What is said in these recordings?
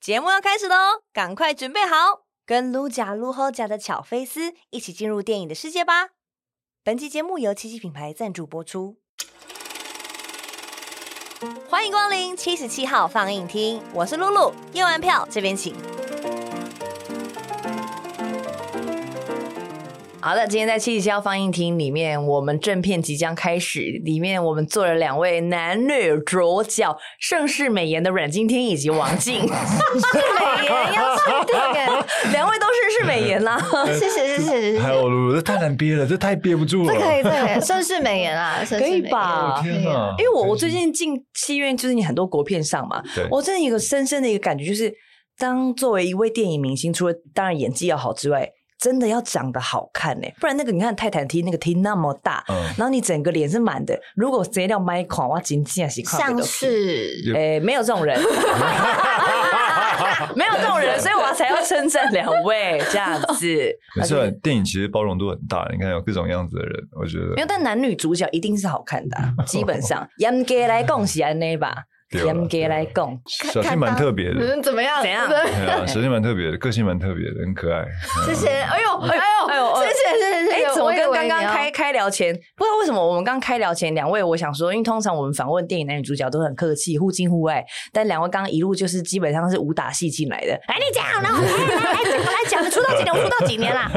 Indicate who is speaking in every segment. Speaker 1: 节目要开始喽，赶快准备好，跟撸假撸吼假的巧菲斯一起进入电影的世界吧！本期节目由七七品牌赞助播出。欢迎光临七十七号放映厅，我是露露，验完票这边请。
Speaker 2: 好的，今天在七十七号放映厅里面，我们正片即将开始。里面我们做了两位男女主角，盛世美颜的阮经天以及王静。
Speaker 1: 美颜要确定哎，
Speaker 2: 两位都是是美颜啦。啊
Speaker 3: 谢谢谢谢谢
Speaker 4: 还
Speaker 3: 谢，
Speaker 4: 有露露，这太难憋哎了，这太憋不住了。
Speaker 3: 这可以这可以，盛世美颜啦，盛世美颜
Speaker 2: 可以吧
Speaker 4: 哦天哪！
Speaker 2: 因为我我最近进戏院，就是你很多国片上嘛，
Speaker 4: 对
Speaker 2: 我真的有一个深深的一个感觉，就是当作为一位电影明星，除了当然演技要好之外，真的要长得好看呢、不然那个你看泰坦厅那个厅那么大，
Speaker 4: 嗯，
Speaker 2: 然后你整个脸是满的，如果直接叫麦狂，我真正啊是看不
Speaker 3: 像
Speaker 2: 到
Speaker 3: 是
Speaker 2: 诶、没有这种人，没有这种人，所以我才要称赞两位这样子。
Speaker 4: 可是电影其实包容度很大，你看有各种样子的人，我觉得
Speaker 2: 没有，但男女主角一定是好看的啊、基本上严格来讲是安内吧，
Speaker 4: 对啦
Speaker 2: 严格来讲，
Speaker 4: 小新蛮特别的，
Speaker 3: 嗯怎么样？
Speaker 2: 怎样
Speaker 4: 对啊，小新蛮特别的，个性蛮特别的，很可爱。
Speaker 3: 谢谢，哎呦哎
Speaker 2: 哎
Speaker 3: 呦哎
Speaker 2: 呦
Speaker 3: 呦，
Speaker 2: 哎
Speaker 3: 谢
Speaker 2: 呦
Speaker 3: 谢谢谢谢
Speaker 2: 哎、
Speaker 3: 谢，
Speaker 2: 怎么
Speaker 3: 我以为
Speaker 2: 跟刚刚
Speaker 3: 你要
Speaker 2: 开开聊前，不知道为什么我们刚开聊前两位，我想说，因为通常我们访问电影男女主角都很客气，互敬互爱，但两位刚刚一路就是基本上是武打戏进来的。哎，你讲，然后来
Speaker 3: 哎
Speaker 2: 来来我来讲，出道几年？我出道几年啦？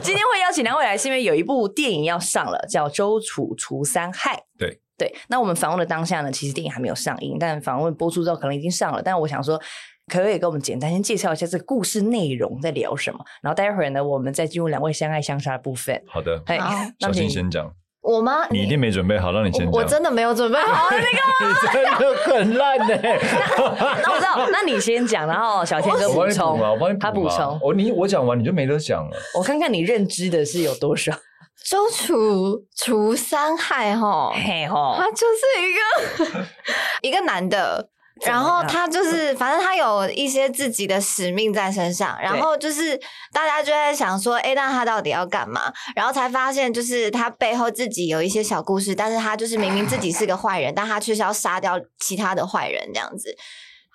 Speaker 2: 今天会邀请两位来，是因为有一部电影要上了，叫《周楚除三害》。
Speaker 4: 对。
Speaker 2: 对，那我们访问的当下呢，其实电影还没有上映，但访问播出之后可能已经上了。但我想说，可不可以给我们简单先介绍一下这个故事内容在聊什么？然后待会儿呢，我们再进入两位相爱相杀的部分。
Speaker 4: 好的，
Speaker 2: 哎
Speaker 3: 好，
Speaker 2: 那
Speaker 4: 小
Speaker 2: 么
Speaker 4: 新
Speaker 2: 请
Speaker 4: 先讲，
Speaker 3: 我吗？
Speaker 4: 你一定没准备好，让你先
Speaker 3: 我
Speaker 4: 讲。
Speaker 3: 我真的哦没有准备 好，
Speaker 4: 你真的很烂呢。
Speaker 2: 那我知道，那你先讲，然后小天哥补
Speaker 4: 我帮你补啊嘛，我帮
Speaker 2: 充，
Speaker 4: 你补
Speaker 2: 他补
Speaker 4: 嘛
Speaker 2: 充，
Speaker 4: 哦，你我讲完你就没得讲了。
Speaker 2: 我看看你认知的是有多少。
Speaker 3: 周楚除伤害哈，
Speaker 2: 嘿吼，
Speaker 3: 他啊就是一个 一个男的。
Speaker 2: 怎么
Speaker 3: 然后
Speaker 2: 样
Speaker 3: 他就是，反正他有一些自己的使命在身上，然后就是大家就在想说，诶，那他到底要干嘛？然后才发现，就是他背后自己有一些小故事，但是他就是明明自己是个坏人，但他却是要杀掉其他的坏人，这样子。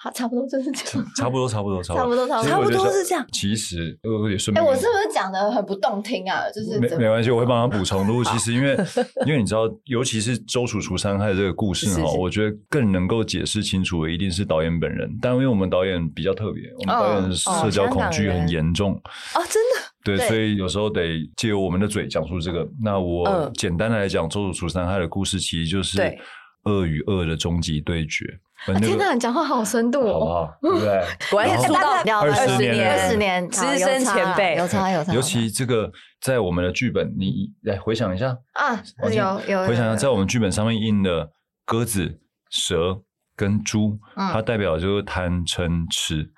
Speaker 3: 好，差不多就是这样，
Speaker 4: 差不多，差不多，差
Speaker 3: 差不多，差不
Speaker 4: 其实我
Speaker 3: 多。
Speaker 2: 差不
Speaker 4: 觉得嗯
Speaker 2: 多是这样
Speaker 4: 其实我也顺
Speaker 3: 诶，
Speaker 4: 便，
Speaker 3: 哎我是不是讲的很不动听啊？就是
Speaker 4: 没
Speaker 3: 怎么
Speaker 4: 没关系，我会帮他补充。如果其实因为 因为你知道，尤其是周楚除伤害这个故事
Speaker 2: 是
Speaker 4: 哈，
Speaker 2: 是
Speaker 4: 我觉得更能够解释清楚的一定是导演本人。但因为我们导演比较特别，我们导演社交恐惧很严重，
Speaker 2: 哦，真的，
Speaker 4: 对，
Speaker 3: 对
Speaker 4: 所以有时候得借由我们的嘴讲出这个。那我
Speaker 2: 嗯
Speaker 4: 简单来讲，周楚除伤害的故事其实就是
Speaker 2: 对
Speaker 4: 恶与恶的终极对决。呃那
Speaker 3: 啊天
Speaker 4: 个
Speaker 3: 哪，你讲话好深度
Speaker 4: 好啊不好？
Speaker 3: 哦！
Speaker 4: 对不对？
Speaker 2: 果然
Speaker 4: 然
Speaker 2: 是
Speaker 4: 后
Speaker 2: 出道
Speaker 3: 聊
Speaker 4: 二
Speaker 2: 十年
Speaker 3: 二十年，
Speaker 2: 资
Speaker 3: 好有
Speaker 2: 深
Speaker 3: 差
Speaker 2: 前
Speaker 3: 啦
Speaker 2: 辈
Speaker 3: 有差啊有差，
Speaker 4: 尤
Speaker 3: 有
Speaker 4: 其这个，在我们的剧本，你来回想一下，
Speaker 3: 啊，有
Speaker 4: 王晶
Speaker 3: 有有
Speaker 4: 回想一下，
Speaker 3: 有
Speaker 4: 在我们剧本上面印的鸽子、蛇跟猪，
Speaker 3: 嗯
Speaker 4: 它代表就是贪嗔痴，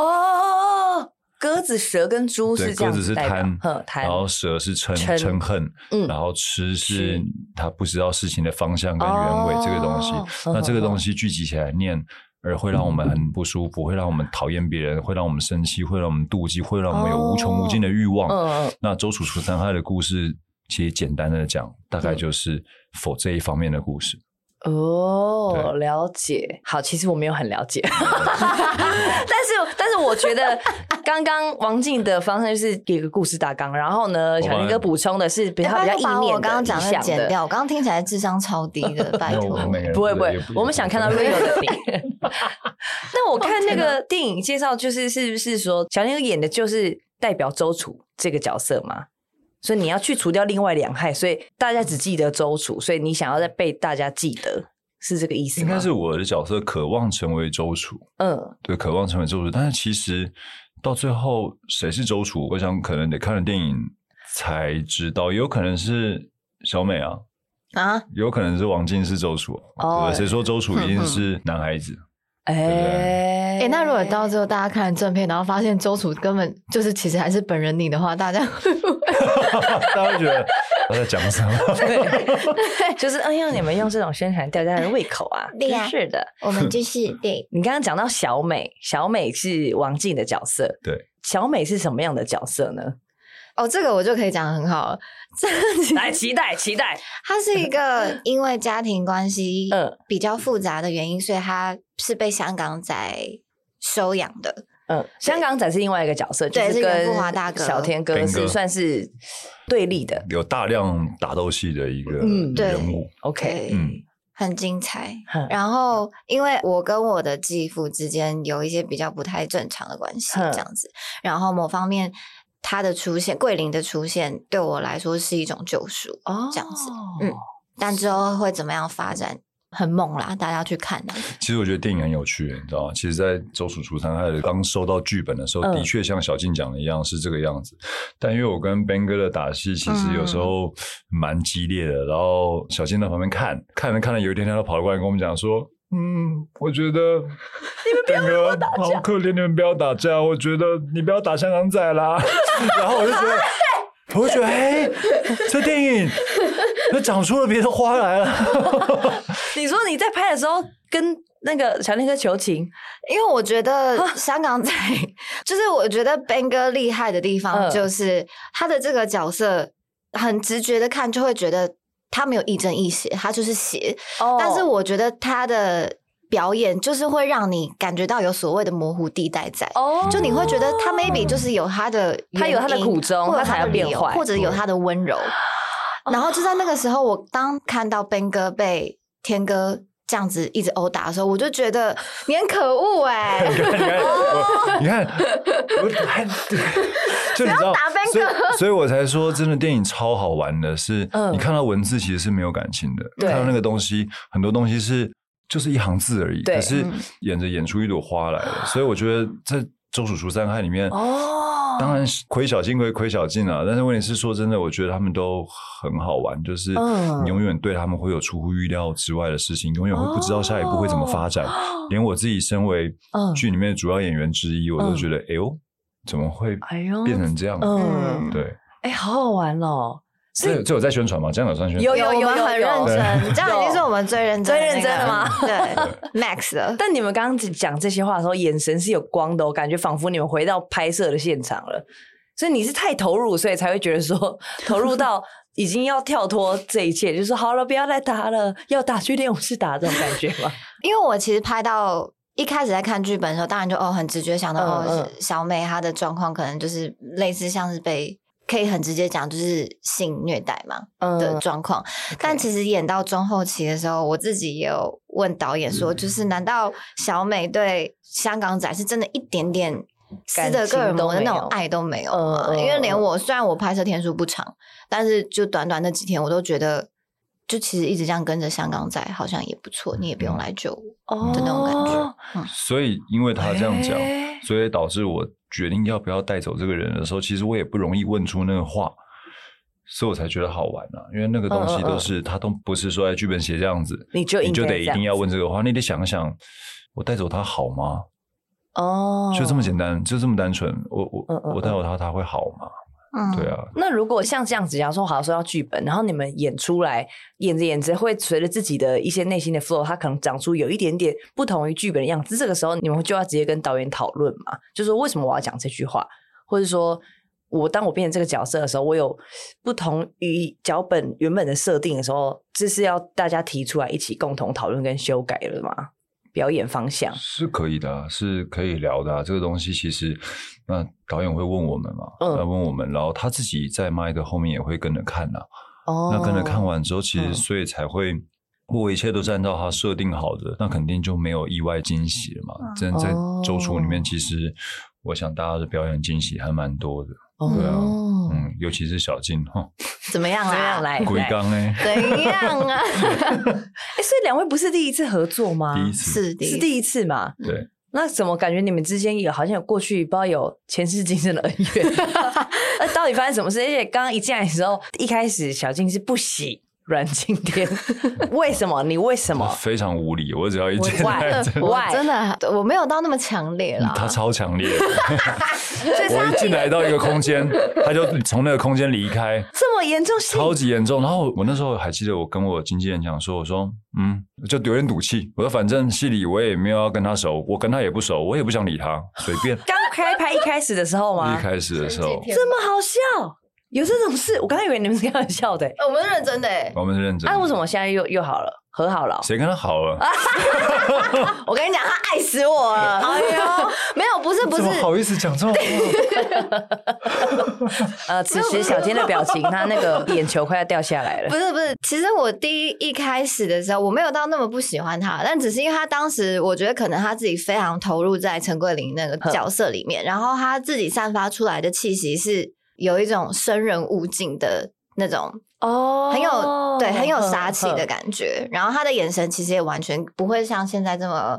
Speaker 2: 哦，鸽子、蛇跟猪是
Speaker 4: 对，
Speaker 2: 这
Speaker 4: 鸽
Speaker 2: 样
Speaker 4: 子
Speaker 2: 子
Speaker 4: 是
Speaker 2: 代表，
Speaker 4: 贪
Speaker 2: 哼，，贪
Speaker 4: 然，后蛇是嗔
Speaker 2: 嗔
Speaker 4: 嗔恨，
Speaker 2: 嗯
Speaker 4: 然后痴是
Speaker 2: 痴
Speaker 4: 他不知道事情的方向跟原委这个东西
Speaker 2: 哦。
Speaker 4: 那这个东西聚集起来念。而会让我们很不舒服，会让我们讨厌别人，会让我们生气，会让我们妒忌，会让我们有无穷无尽的欲望。
Speaker 2: 嗯，
Speaker 4: 那周楚除三害的故事，其实简单的讲，大概就是否这一方面的故事。
Speaker 2: 嗯哦，
Speaker 4: 对
Speaker 2: 了解。好，其实我没有很了解， 但是但是我觉得刚刚王静的方向就是给个故事大纲，然后呢，
Speaker 4: 我
Speaker 2: 小林哥
Speaker 4: 帮
Speaker 2: 补充的是比
Speaker 3: 哎
Speaker 2: 较
Speaker 3: 拜
Speaker 2: 比较意
Speaker 3: 托把我
Speaker 2: 念
Speaker 3: 刚刚讲
Speaker 2: 的
Speaker 3: 的
Speaker 2: 理想
Speaker 3: 剪掉，我刚刚听起来智商超低的， 拜
Speaker 4: 没有
Speaker 3: 托。
Speaker 4: 每个人
Speaker 2: 不会不
Speaker 4: 的
Speaker 2: 会
Speaker 4: 也，
Speaker 2: 我们想看到 real 的你。那我
Speaker 4: 哦
Speaker 2: 看那个电影介绍，就是是不是说小天演的就是代表周楚这个角色嘛？所以你要去除掉另外两害，所以大家只记得周楚，所以你想要再被大家记得，是这个意思
Speaker 4: 应
Speaker 2: 吗？
Speaker 4: 该是我的角色渴望成为周楚，
Speaker 2: 嗯，
Speaker 4: 对，渴望成为周楚，但是其实到最后谁是周楚，我想可能得看了电影才知道，也有可能是小美啊，
Speaker 3: 啊，
Speaker 4: 也有可能是王静是周楚啊，
Speaker 2: 哦
Speaker 4: 对吧谁说周楚一定是男孩子？
Speaker 2: 哎、
Speaker 3: 哎、那如果到最后大家看了正片，然后发现周楚根本就是其实还是本人你的话，大家会不会
Speaker 4: 大家会觉得他在讲什么？
Speaker 2: 就是哎呀，你们用这种宣传吊大家的胃口啊，
Speaker 3: 对呀
Speaker 2: 真是的。
Speaker 3: 我们 就是对
Speaker 2: 你刚刚讲到小美，小美是王静的角色，
Speaker 4: 对，
Speaker 2: 小美是什么样的角色呢？
Speaker 3: 哦，这个我就可以讲得很好了。这
Speaker 2: 来，期待期待，
Speaker 3: 他是一 个因为家庭关系
Speaker 2: 嗯
Speaker 3: 比较复杂的原因，所以他是被香港仔修养的。
Speaker 2: 嗯，香港仔是另外一个角色，就
Speaker 3: 对是袁
Speaker 2: 跟
Speaker 3: 富华大哥嗯
Speaker 2: 小天哥
Speaker 4: 天
Speaker 2: 是
Speaker 4: 哥
Speaker 2: 算是对立的。
Speaker 4: 有大量打斗戏的一个
Speaker 2: 嗯
Speaker 3: 对
Speaker 4: 人物，
Speaker 2: OK，
Speaker 4: 嗯，
Speaker 3: 很精彩
Speaker 2: 哼。
Speaker 3: 然后，因为我跟我的继父之间有一些比较不太正常的关系，
Speaker 2: 哼
Speaker 3: 这样子。然后某方面，他的出现，桂林的出现，对我来说是一种救赎。
Speaker 2: 哦
Speaker 3: 这样子嗯但之后会怎么样发展，很猛啦，大家去看啊。
Speaker 4: 其实我觉得电影很有趣，你知道吗？其实，在《周楚除三害》刚收到剧本的时候，
Speaker 2: 嗯
Speaker 4: 的确像小静讲的一样是这个样子。但因为我跟 Ben 哥的打戏，其实有时候蛮激烈的。然后小静在旁边看，看着看着，有一天他就跑过来跟我们讲说。嗯，我觉得你们不要打架，好可怜，你们不要打架。我觉得你不要打香港仔 啦。然后我就觉 得，我就觉得，哎、这电影那长出了别的花来了。
Speaker 2: 你说你在拍的时候跟那个小天哥求情，
Speaker 3: 因为我觉得 香港仔，就是我觉得 Ben 哥厉害的地
Speaker 2: 嗯
Speaker 3: 方，就是他的这个角色很直觉的看就会觉得他没有亦正亦邪，他就是邪。
Speaker 2: 哦
Speaker 3: 但是我觉得他的表演就是会让你感觉到有所谓的模糊地带在。
Speaker 2: 哦
Speaker 3: 就你会觉得他 maybe 就是有他的
Speaker 2: 他有他的
Speaker 3: 原因
Speaker 2: 苦衷
Speaker 3: 或者
Speaker 2: 他才
Speaker 3: 他的
Speaker 2: 要变哦
Speaker 3: 理由
Speaker 2: 坏
Speaker 3: 或者有他的温柔。然后就在那个时候，我当看到 Ben 哥被天哥这样子一直殴打的时候，我就觉得你很可恶 哎、
Speaker 4: 你看，你看，
Speaker 2: 哦
Speaker 4: 我，你看，我还 就你知道
Speaker 3: 打，分
Speaker 4: 所以，所以我才说，真的电影超好玩的是，
Speaker 2: 嗯
Speaker 4: 你看到文字其实是没有感情的，
Speaker 2: 对
Speaker 4: 看到那个东西，很多东西是就是一行字而已，
Speaker 2: 对
Speaker 4: 可是
Speaker 3: 嗯
Speaker 4: 演着演出一朵花来了。所以我觉得在《周楚除三害》里面，
Speaker 2: 哦，
Speaker 4: 当然是亏小进归亏小进啊，但是问题是说真的，我觉得他们都很好玩，就是
Speaker 2: 嗯
Speaker 4: 你永远对他们会有出乎预料之外的事情，永远会不知道下一步会怎么发展。连我自己身为
Speaker 2: 哦嗯
Speaker 4: 剧里面的主要演员之一，我都
Speaker 2: 嗯
Speaker 4: 觉得，哎呦，怎么会
Speaker 2: 哎呦，
Speaker 4: 变成这样？
Speaker 2: 嗯，
Speaker 4: 对，
Speaker 2: 哎，好好玩哦，所
Speaker 4: 这
Speaker 2: 以
Speaker 4: 这有在宣传吗？这样有算宣传？
Speaker 2: 有有有
Speaker 3: 我们很认
Speaker 2: 有
Speaker 3: 真，这样已经是
Speaker 2: 有
Speaker 3: 我们最认真的那个、
Speaker 2: 最认真的吗
Speaker 3: 对，Max 的。
Speaker 2: 但你们刚刚讲这些话的时候，眼神是有光的哦，我感觉仿佛你们回到拍摄的现场了。所以你是太投入，所以才会觉得 说投入到已经要跳脱这一切，就是说好了，不要再打了，要打去练武室打这种感觉吗？
Speaker 3: 因为我其实拍到一开始在看剧本的时候，当然就哦很直觉想到、
Speaker 2: 嗯
Speaker 3: 哦小美她的状况可能就是类似像是被可以很直接讲就是性虐待嘛的
Speaker 2: 嗯，
Speaker 3: 状况，但其实演到中后期的时候，我自己也有问导演说，就是难道小美对香港仔是真的一点点？斯德哥尔摩的那种爱都没有吗？
Speaker 2: 感情都没有嗯嗯
Speaker 3: 因为连我虽然我拍摄天数不长，但是就短短那几天，我都觉得，就其实一直这样跟着香港仔好像也不错，你也不用来救我。
Speaker 2: 哦
Speaker 3: 的那种感觉
Speaker 4: 所以，因为他这样讲，
Speaker 2: 哎
Speaker 4: 所以导致我决定要不要带走这个人的时候，其实我也不容易问出那个话，所以我才觉得好玩啊。因为那个东西都是他都不是说在剧本写这样子，
Speaker 2: 你嗯就
Speaker 4: 你
Speaker 2: 应
Speaker 4: 就
Speaker 2: 该
Speaker 4: 得一
Speaker 2: 这样
Speaker 4: 定要问这个话，你得想想，我带走他好吗？
Speaker 2: 哦，
Speaker 4: 就这么简单，就这么单纯。我我
Speaker 2: 嗯嗯嗯
Speaker 4: 我带走他，他会好吗？
Speaker 3: 嗯，
Speaker 4: 对啊，
Speaker 2: 那如果像这样子，假如说好说要剧本，然后你们演出来，演着演着会随着自己的一些内心的 flow，它可能长出有一点点不同于剧本的样子。这个时候你们就要直接跟导演讨论嘛，就说为什么我要讲这句话，或者说我当我变成这个角色的时候，我有不同于脚本原本的设定的时候，这是要大家提出来一起共同讨论跟修改了吗？表演方向，
Speaker 4: 是可以的啊、是可以聊的、啊。这个东西其实，那导演会问我们嘛，
Speaker 2: 嗯
Speaker 4: 他问我们，然后他自己在麦的后面也会跟着看啊呐、
Speaker 2: 哦
Speaker 4: 那跟着看完之后，其
Speaker 2: 嗯
Speaker 4: 实所以才会。如果一切都是按照他设定好的，那肯定就没有意外惊喜了嘛。真的在
Speaker 2: 哦
Speaker 4: 周楚里面，其实我想大家的表演惊喜还蛮多的，对啊
Speaker 2: 哦，
Speaker 4: 嗯，尤其是小静 哈，
Speaker 3: 怎么样
Speaker 2: 这
Speaker 3: 啊
Speaker 2: 样？来
Speaker 4: 鬼
Speaker 2: 来
Speaker 4: 刚哎，
Speaker 3: 怎样啊？
Speaker 2: 哎、所以两位不是第一次合作吗？
Speaker 4: 第一次
Speaker 3: 是
Speaker 2: 啊是
Speaker 3: 的，
Speaker 2: 第一次嘛？
Speaker 4: 对，
Speaker 2: 那怎么感觉你们之间有好像有过去不知道有前世今生的恩怨？ 那到底发生什么事？而且刚刚一进来的时候，一开始小静是不喜阮经天， 为什么？你为什么？
Speaker 4: 非常无理。我只要一
Speaker 2: 我
Speaker 4: 进来，真的嗯
Speaker 2: 我
Speaker 3: 真的，我没有到那么强烈啦。
Speaker 4: 他
Speaker 2: 啊
Speaker 4: 超强烈 的。我一进来到一个空间，他就从那个空间离开，
Speaker 2: 这么严重性
Speaker 4: 超级严重。然后我那时候还记得，我跟我经纪人讲说，我说，嗯，就有点赌气。我说，反正戏里我也没有要跟他熟，我跟他也不熟，我 也不想理他，随便。
Speaker 2: 刚开拍一开始的时候
Speaker 4: 一
Speaker 2: 吗？
Speaker 4: 开始的时
Speaker 3: 前
Speaker 4: 候
Speaker 3: 几，天
Speaker 2: 这么好笑？有这种事？我刚才以为你们是开玩笑的、欸。
Speaker 3: 我们是认真的欸。
Speaker 4: 我们是认真
Speaker 2: 啊，
Speaker 4: 的。
Speaker 2: 为什么现在又又好了，和好了哦？
Speaker 4: 谁跟他好了？啊
Speaker 3: 我跟你讲，他爱死我了。哎呦， 没有，不是不
Speaker 4: 怎
Speaker 3: 是
Speaker 4: 么，好意思讲这种话？
Speaker 2: 呃，此时小天的表情，他那个眼球快要掉下来了
Speaker 3: 不。是不是，其实我第一一开始的时候，我没有到那么不喜欢他，但只是因为他当时，我觉得可能他自己非常投入在陈桂林那个角色里面，然后他自己散发出来的气息是有一种生人勿近的那种，
Speaker 2: 哦嗯
Speaker 3: 很有、对很有杀气的感觉。然后他的眼神其实也完全不会像现在这么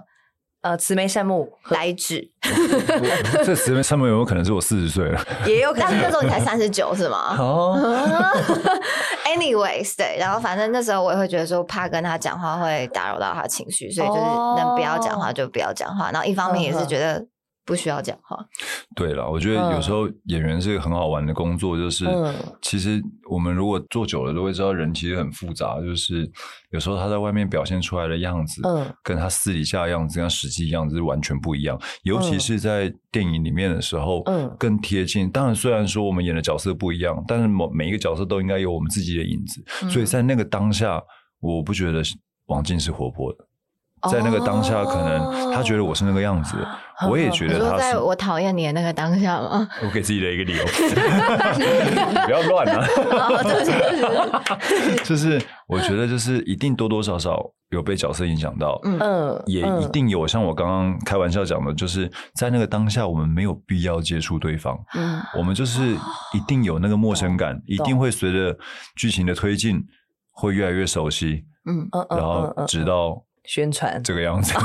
Speaker 2: 呃，慈眉善目，
Speaker 3: 呆滞，
Speaker 4: 我这词上面有没有可能是我四十岁了？
Speaker 2: 也有可
Speaker 3: 但是那
Speaker 2: 能
Speaker 3: 时候你才三十九是吗？
Speaker 2: 啊
Speaker 4: 哦，
Speaker 3: Anyways，对，然后反正那时候我也会觉得说，怕跟他讲话会打扰到他情绪，所以就是能不要讲
Speaker 4: 哦
Speaker 3: 话就不要讲话。然后一方面
Speaker 4: 嗯
Speaker 3: 也是觉得不需要讲话，
Speaker 4: 对了，我觉得有时候演员是个很好玩的工作，就是
Speaker 2: 嗯
Speaker 4: 其实我们如果做久了都会知道，人其实很复杂，就是有时候他在外面表现出来的样子，
Speaker 2: 嗯
Speaker 4: 跟他私底下的样子跟他实际样子是完全不一样，尤其
Speaker 2: 嗯
Speaker 4: 是在电影里面的时候，
Speaker 2: 嗯
Speaker 4: 更贴近。当然，虽然说我们演的角色不一样，但是每每一个角色都应该有我们自己的影子，
Speaker 3: 嗯
Speaker 4: 所以在那个当下，我不觉得王静是活泼的。
Speaker 3: 嗯
Speaker 4: 在那个当下，可能他觉得我是那个样子的，我也觉
Speaker 3: 哦你
Speaker 4: 得
Speaker 3: 说
Speaker 4: 他
Speaker 3: 在
Speaker 4: 是。
Speaker 3: 我讨厌你的那个当下吗？
Speaker 4: 我给自己的一个理由， 不要乱 啊！ 就是我觉得，就是一定多多少少有被角色影响到，
Speaker 3: 嗯
Speaker 2: 嗯，
Speaker 4: 也一定有像我刚刚开玩笑讲的，就是在那个当下，我们没有必要接触对方，
Speaker 3: 嗯，
Speaker 4: 我们就是一定有那个陌生感，一定会随着剧情的推进会越来越熟悉，
Speaker 3: 嗯，
Speaker 2: 嗯，嗯
Speaker 4: 然后
Speaker 2: 嗯嗯
Speaker 4: 直到
Speaker 2: 宣传
Speaker 4: 这个样子。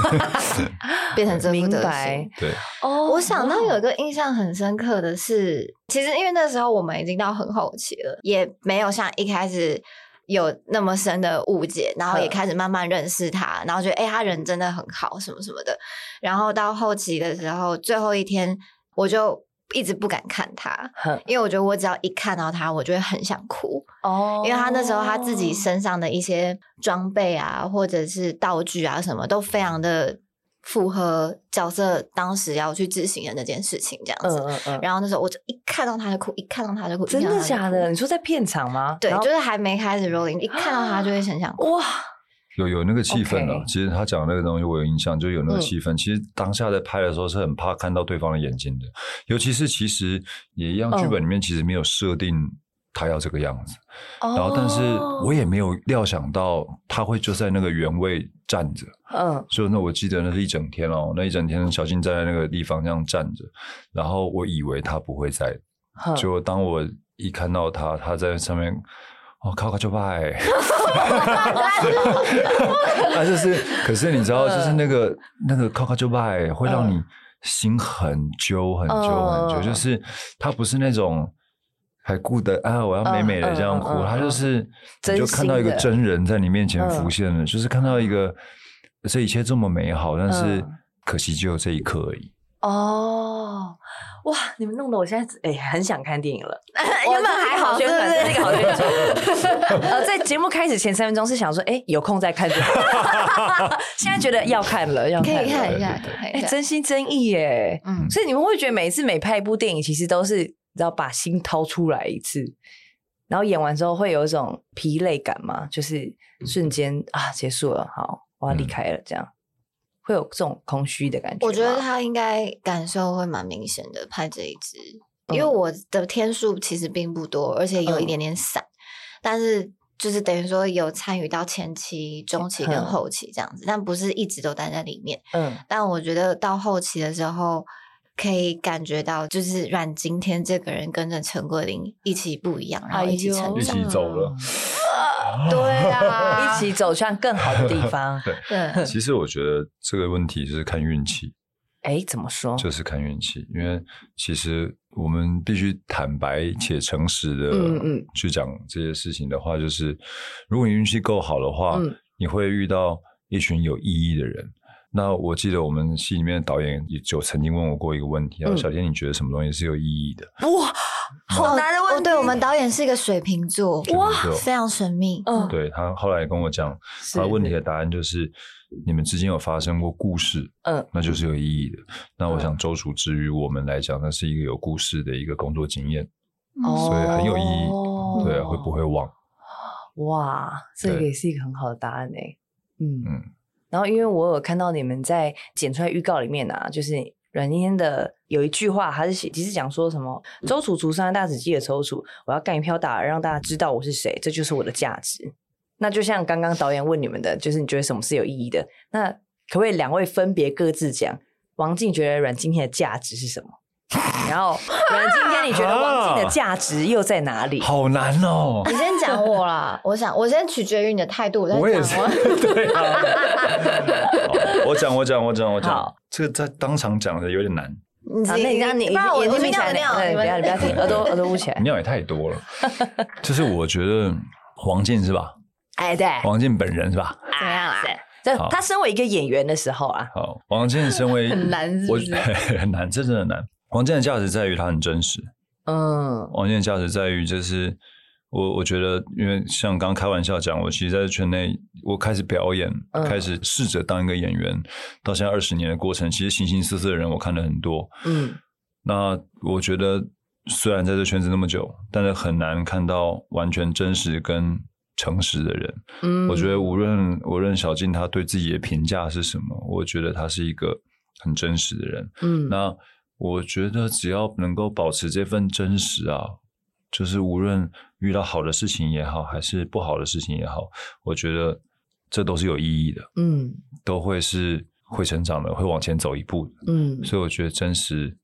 Speaker 3: 变成这副
Speaker 2: 明
Speaker 3: 德
Speaker 2: 白
Speaker 3: 行。
Speaker 4: 对，
Speaker 2: 哦
Speaker 3: 我想到有一个印象很深刻的是，其实因为那时候我们已经到很后期了，也没有像一开始有那么深的误解，然后也
Speaker 2: 嗯
Speaker 3: 开始慢慢认识他，然后觉得哎、诶他人真的很好，什么什么的。然后到后期的时候，最后一天我就一直不敢看他，
Speaker 2: 哼
Speaker 3: 因为我觉得我只要一看到他，我就会很想哭。
Speaker 2: 哦
Speaker 3: 因为他那时候他自己身上的一些装备啊，或者是道具啊，什么都非常的符合角色当时要去执行的那件事情这样
Speaker 2: 嗯
Speaker 3: 子。
Speaker 2: 嗯嗯，
Speaker 3: 然后那时候我就一看到他就哭，一看到他就哭，一
Speaker 2: 真
Speaker 3: 看到
Speaker 2: 的
Speaker 3: 他就哭
Speaker 2: 假的？？你说在片场吗？
Speaker 3: 对
Speaker 2: 然，后
Speaker 3: 就是还没开始 rolling，一看到他就会 很想哭。
Speaker 2: 哇，
Speaker 4: 有有那个气氛了、
Speaker 2: OK 嗯
Speaker 4: 其实他讲的那个东西，我有印象，就有那个气氛、其实当下在拍的时候是很怕看到对方的眼睛的，尤其是其实也一样，
Speaker 2: 嗯
Speaker 4: 剧本里面其实没有设定他要这个样子、然后但是
Speaker 2: 哦
Speaker 4: 我也没有料想到他会就在那个原位站着。
Speaker 2: 嗯
Speaker 4: 所以那我记得那是一整天哦，那一整天小静站在那个地方这样站着，然后我以为他不会在，
Speaker 2: 哼
Speaker 4: 结果当我一看到他，他在上面，哦，靠靠就拜， 他就是，可是你知
Speaker 2: 嗯
Speaker 4: 道，就是那个那个靠靠就拜会让你心很揪很揪很
Speaker 2: 嗯
Speaker 4: 揪，就是他不是那种。还顾得啊！我要美美的这样哭，
Speaker 2: 嗯嗯嗯嗯
Speaker 4: 他就是
Speaker 2: 真
Speaker 4: 你就看到一个
Speaker 2: 心的嗯
Speaker 4: 真人在你面前浮现了，就是看到一个这一切这么美好，但是
Speaker 2: 嗯
Speaker 4: 可惜只有这一刻而已。
Speaker 2: 哦，哇！你们弄得我现在哎、很想看电影了。
Speaker 3: 哎原本还好，
Speaker 2: 宣
Speaker 3: 对
Speaker 2: 传，这是一
Speaker 3: 对对，
Speaker 2: 个好宣传。 呃，在节目开始前三分钟是想说，哎、有空再看就好。现在觉得要看了，要
Speaker 3: 可
Speaker 2: 看了
Speaker 3: 以看一下，
Speaker 4: 对对
Speaker 3: 可以
Speaker 2: 哎、
Speaker 3: 看。
Speaker 2: 真心真意耶！
Speaker 3: 嗯，
Speaker 2: 所以你们会觉得每一次每拍一部电影，其实都是你知道把心掏出来一次，然后演完之后会有一种疲累感嘛，就是瞬间啊结束了，好，我要离开了，这样、会有这种空虚的感觉吗。
Speaker 3: 我觉得他应该感受会蛮明显的，拍这一支，因为
Speaker 2: 嗯
Speaker 3: 我的天数其实并不多，而且有一
Speaker 2: 嗯
Speaker 3: 点点散，但是就是等于说有参与到前期、中期跟
Speaker 2: 嗯
Speaker 3: 后期这样子，但不是一直都待在里面。
Speaker 2: 嗯，
Speaker 3: 但我觉得到后期的时候，可以感觉到就是阮经天这个人跟着陈桂林一起不一样，然
Speaker 2: 哎
Speaker 3: 后一起成
Speaker 4: 一
Speaker 3: 长。
Speaker 4: 起走了。。
Speaker 3: 对
Speaker 2: 一
Speaker 3: 啊，
Speaker 2: 起走向更好的地方
Speaker 3: 对，
Speaker 4: 其实我觉得这个问题就是看运气，
Speaker 2: 哎，怎么说？
Speaker 4: 就是看运气，因为其实我们必须坦白且诚实
Speaker 2: 嗯
Speaker 4: 的
Speaker 2: 嗯
Speaker 4: 去讲这些事情的话，就是如果你运气够好的话，
Speaker 2: 嗯
Speaker 4: 你会遇到一群有意义的人。那我记得我们戏里面的导演也就曾经问我过一个问题，啊，
Speaker 2: 嗯
Speaker 4: 小天，你觉得什么东西是有意义的？
Speaker 2: 哇，好难的
Speaker 3: 哦，
Speaker 2: 问题。
Speaker 3: 对我们导演是一个水瓶座，
Speaker 4: 哇
Speaker 3: 非常神秘。
Speaker 2: 嗯，
Speaker 4: 对他后来跟我讲，
Speaker 2: 是
Speaker 4: 他问题的答案就是你们之间有发生过故事，
Speaker 2: 嗯
Speaker 4: 那就是
Speaker 3: 嗯
Speaker 4: 有意义的。那我想周楚之于我们来讲，那是一个有故事的一个工作经验。
Speaker 2: 哦
Speaker 4: 所以很有意
Speaker 3: 哦
Speaker 4: 义。对啊，会不会忘？
Speaker 2: 哇，这个
Speaker 4: 对
Speaker 2: 也是一个很好的答案哎、嗯
Speaker 4: 嗯
Speaker 2: 然后因为我有看到你们在剪出来预告里面啊，就是阮经天的有一句话，他是写，其实讲说什么“周楚除三大子记得周楚，我要干一票大，让大家知道我是谁，这就是我的价值。”那就像刚刚导演问你们的，就是你觉得什么是有意义的？那可不可以两位分别各自讲？王静觉得阮经天的价值是什么？ 然后阮经天，你觉得王
Speaker 4: 啊
Speaker 2: 静的价值又在哪里？
Speaker 4: 好难哦。
Speaker 3: 你先 讲我啦，我想我先取决于你的态度，我再
Speaker 4: 我也是
Speaker 3: 讲我。，哦
Speaker 4: 对啊。好我讲，我讲，我讲，我讲
Speaker 2: 好。
Speaker 4: 这个在当场讲的有点难，
Speaker 3: 你
Speaker 2: 好，
Speaker 3: 自
Speaker 2: 啊
Speaker 3: 己
Speaker 2: 那你让你
Speaker 3: 不然我
Speaker 2: 眼
Speaker 3: 我
Speaker 2: 睛
Speaker 3: 去
Speaker 2: 闭起
Speaker 3: 尿
Speaker 2: 来，
Speaker 3: 尿，
Speaker 2: 对
Speaker 3: 你
Speaker 2: 不要
Speaker 3: 们
Speaker 2: 不要停，耳朵耳朵捂起来。
Speaker 4: 尿也太多了。就是我觉得王静是吧？
Speaker 2: 哎，对，
Speaker 4: 王静本人是吧？
Speaker 3: 怎么样啊？
Speaker 2: 这
Speaker 4: 好
Speaker 2: 他身为一个演员的时候啊，
Speaker 4: 好，王健身为
Speaker 3: 很难是不
Speaker 4: 我
Speaker 3: 是
Speaker 4: 很难，这真的很难。王健的价值在于他很真实，
Speaker 2: 嗯，
Speaker 4: 王健的价值在于就是我我觉得，因为像刚刚开玩笑讲，我其实在圈内我开始表演，
Speaker 2: 嗯
Speaker 4: 开始试着当一个演员，到现在二十年的过程，其实形形色色的人我看了很多，
Speaker 2: 嗯，
Speaker 4: 那我觉得虽然在这圈子那么久，但是很难看到完全真实跟诚实的人。
Speaker 2: 嗯，
Speaker 4: 我觉
Speaker 2: 得
Speaker 4: 得无论无论小静她对自己的评价是什么，我觉得她是一个很真实的人。
Speaker 2: 嗯
Speaker 4: 那我觉得只要能够保持这份真实啊，就是无论遇到好的事情也好，还是不好的事情也好，我觉得这都是有意义的，
Speaker 2: 嗯
Speaker 4: 都会是会成长的，会往前走一步的。
Speaker 2: 嗯
Speaker 4: 所以我觉得真实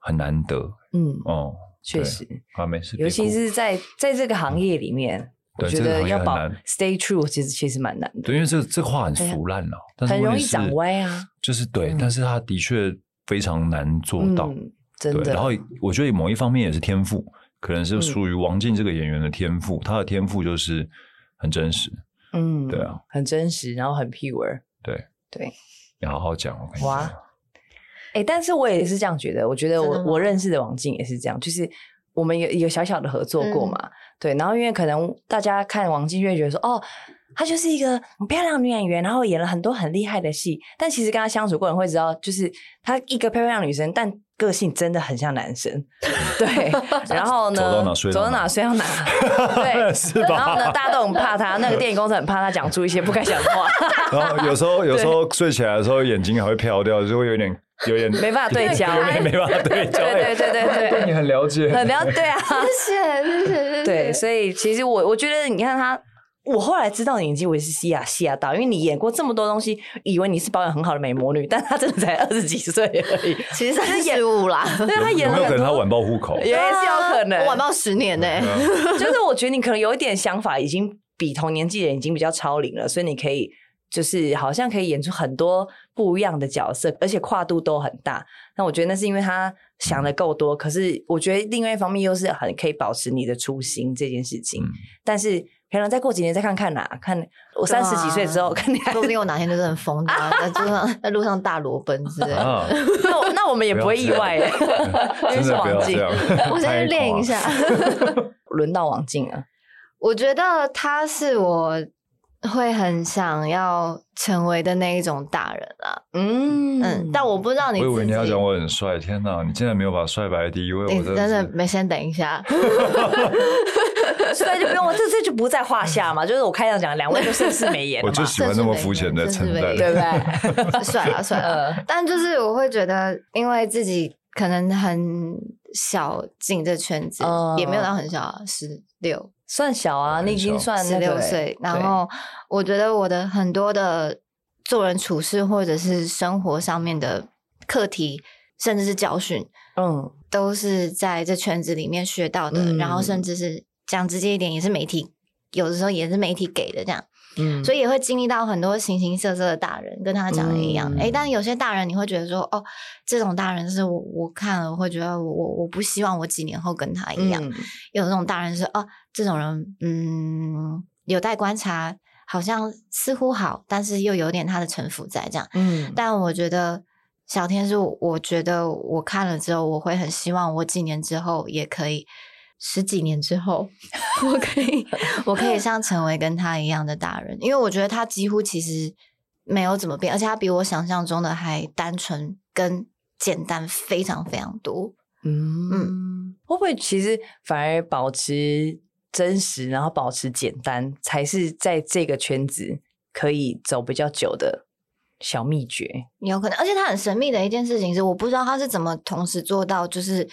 Speaker 4: 很难得
Speaker 2: 嗯，
Speaker 4: 哦，
Speaker 2: 确实，
Speaker 4: 啊，没事，
Speaker 2: 尤
Speaker 4: 别
Speaker 2: 其
Speaker 4: 哭
Speaker 2: 是在在这个行业里面，我
Speaker 4: 对
Speaker 2: 觉
Speaker 4: 这个
Speaker 2: 得
Speaker 4: 行业
Speaker 2: 要
Speaker 4: 很
Speaker 2: 保
Speaker 4: 难
Speaker 2: stay true，其实其实蛮难的。
Speaker 4: 对，因为这这话很腐烂了、但是
Speaker 2: 哎很容
Speaker 4: 问
Speaker 2: 易
Speaker 4: 题是
Speaker 2: 长歪啊。
Speaker 4: 就是对，
Speaker 2: 嗯
Speaker 4: 但是他的确非常难做到，
Speaker 2: 嗯，真
Speaker 4: 对。
Speaker 2: 的。嗯
Speaker 4: 然后我觉得某一方面也是天赋，可能是属于王静这个演员的天赋，他的天赋就是很真实。
Speaker 2: 嗯，
Speaker 4: 对啊，
Speaker 2: 很真实，然后很 pure。
Speaker 4: 对
Speaker 2: 对，
Speaker 4: 你好好讲，我跟你
Speaker 2: 哇
Speaker 4: 讲
Speaker 2: 哎，但是我也是这样觉得，我觉得
Speaker 3: 真的
Speaker 2: 我
Speaker 3: 吗
Speaker 2: 我认识的王静也是这样，就是我们有有小小的合作过嘛，对，然后因为可能大家看王静就会觉得说，哦，她就是一个很漂亮的女演员，然后演了很多很厉害的戏，但其实跟她相处过的人会知道，就是她一个漂亮女生，但个性真的很像男生，对，然后呢，
Speaker 4: 走到哪睡到
Speaker 2: 走到
Speaker 4: 哪
Speaker 2: 哪睡到哪，对，
Speaker 4: 是
Speaker 2: 然后呢，
Speaker 4: 吧？
Speaker 2: 大家都很怕她，那个电影公司很怕她讲出一些不该讲的话。
Speaker 4: 然后有时候有时候睡起来的时候眼睛还会飘掉，就会有点有点
Speaker 2: 没办法对焦
Speaker 4: 有点没办法对 焦。
Speaker 2: 对对对对对
Speaker 4: 哎对你很了解，
Speaker 2: 很了对啊，
Speaker 3: 谢谢谢谢 谢
Speaker 2: 对，所以其实我我觉得，你看他，我后来知道你已经为是西亚西亚到，因为你演过这么多东西，以为你是保养很好的美魔女，但她真的才二十几岁而已，
Speaker 3: 其实三十五 啦，
Speaker 2: 对，她演
Speaker 4: 有
Speaker 2: 了
Speaker 4: 没有可
Speaker 2: 很
Speaker 4: 能他
Speaker 2: 多，
Speaker 4: 晚报户口？
Speaker 2: 也是有可能
Speaker 3: 啊我。晚报十年呢、
Speaker 4: 啊
Speaker 2: 就是我觉得你可能有一点想法，已经比同年纪的人已经比较超龄了，所以你可以就是好像可以演出很多不一样的角色，而且跨度都很大。那我觉得那是因为他想的够多，可是我觉得另外一方面又是很可以保持你的初心这件事情。
Speaker 4: 嗯
Speaker 2: 但是可能再过几年再看看啦，看我
Speaker 3: 对啊
Speaker 2: 三十几岁之后，看你还
Speaker 3: 说不定我哪天就是很疯的啊，在路上在路上大裸奔之类的。
Speaker 4: 啊，
Speaker 2: 那我那我们也不会意外耶， 因为
Speaker 4: 真
Speaker 2: 是
Speaker 4: 的不要
Speaker 2: 王
Speaker 4: 这
Speaker 2: 静，
Speaker 4: 样。
Speaker 3: 我先去练一下。
Speaker 2: 轮到王静啊了，
Speaker 3: 我觉得他是我会很想要成为的那一种大人啊。
Speaker 2: 嗯
Speaker 3: 嗯，但我不知道你
Speaker 4: 我以为
Speaker 3: 自己
Speaker 4: 你要讲我很帅，天哪！你竟然没有把帅摆在第一位，
Speaker 2: 哎
Speaker 3: 你
Speaker 4: 我
Speaker 3: 真
Speaker 4: 的
Speaker 3: 的
Speaker 4: 是
Speaker 3: 没先等一下，
Speaker 2: 所以就不用这这就不在话下嘛，就是我开场讲两位就盛世美颜了
Speaker 4: 我
Speaker 2: 嘛，
Speaker 4: 就喜欢那么肤浅的存在。
Speaker 2: 对不对？
Speaker 3: 算了算了。
Speaker 2: 呃，
Speaker 3: 但就是我会觉得，因为自己可能很小进这圈子，
Speaker 2: 嗯
Speaker 3: 也没有到很小啊，十六
Speaker 2: 算小啊，
Speaker 4: 很
Speaker 2: 你已经
Speaker 4: 小
Speaker 2: 算
Speaker 3: 十
Speaker 2: 那个
Speaker 3: 六岁，然
Speaker 2: 对
Speaker 3: 后我觉得我的很多的做人处事或者是生活上面的课题，甚至是教训，
Speaker 2: 嗯
Speaker 3: 都是在这圈子里面学到的。
Speaker 2: 嗯
Speaker 3: 然后甚至是讲直接一点，也是媒体，有的时候也是媒体给的这样，
Speaker 2: 嗯，
Speaker 3: 所
Speaker 2: 以
Speaker 3: 以也会经历到很多形形色色的大人，跟他讲的一样。
Speaker 2: 嗯
Speaker 3: 诶，但有些大人你会觉得说，哦，这种大人是我我看了我会觉得我我我不希望我几年后跟他一
Speaker 2: 嗯
Speaker 3: 样。有那种大人是哦，这种人，嗯，有待观察，好像似乎好，但是又有点他的城府在这样。
Speaker 2: 嗯，
Speaker 3: 但我觉得小天是我，我觉得我看了之后，我会很希望我几年之后也可以，十几年之后，我可以，我可以像成为跟他一样的大人，因为我觉得他几乎其实没有怎么变，而且他比我想象中的还单纯跟简单非常非常多。
Speaker 2: 嗯
Speaker 3: 嗯
Speaker 2: 会不会其实反而保持真实，然后保持简单，才是在这个圈子可以走比较久的小秘诀？
Speaker 3: 有可能，而且他很神秘的一件事情是，我不知道他是怎么同时做到，就是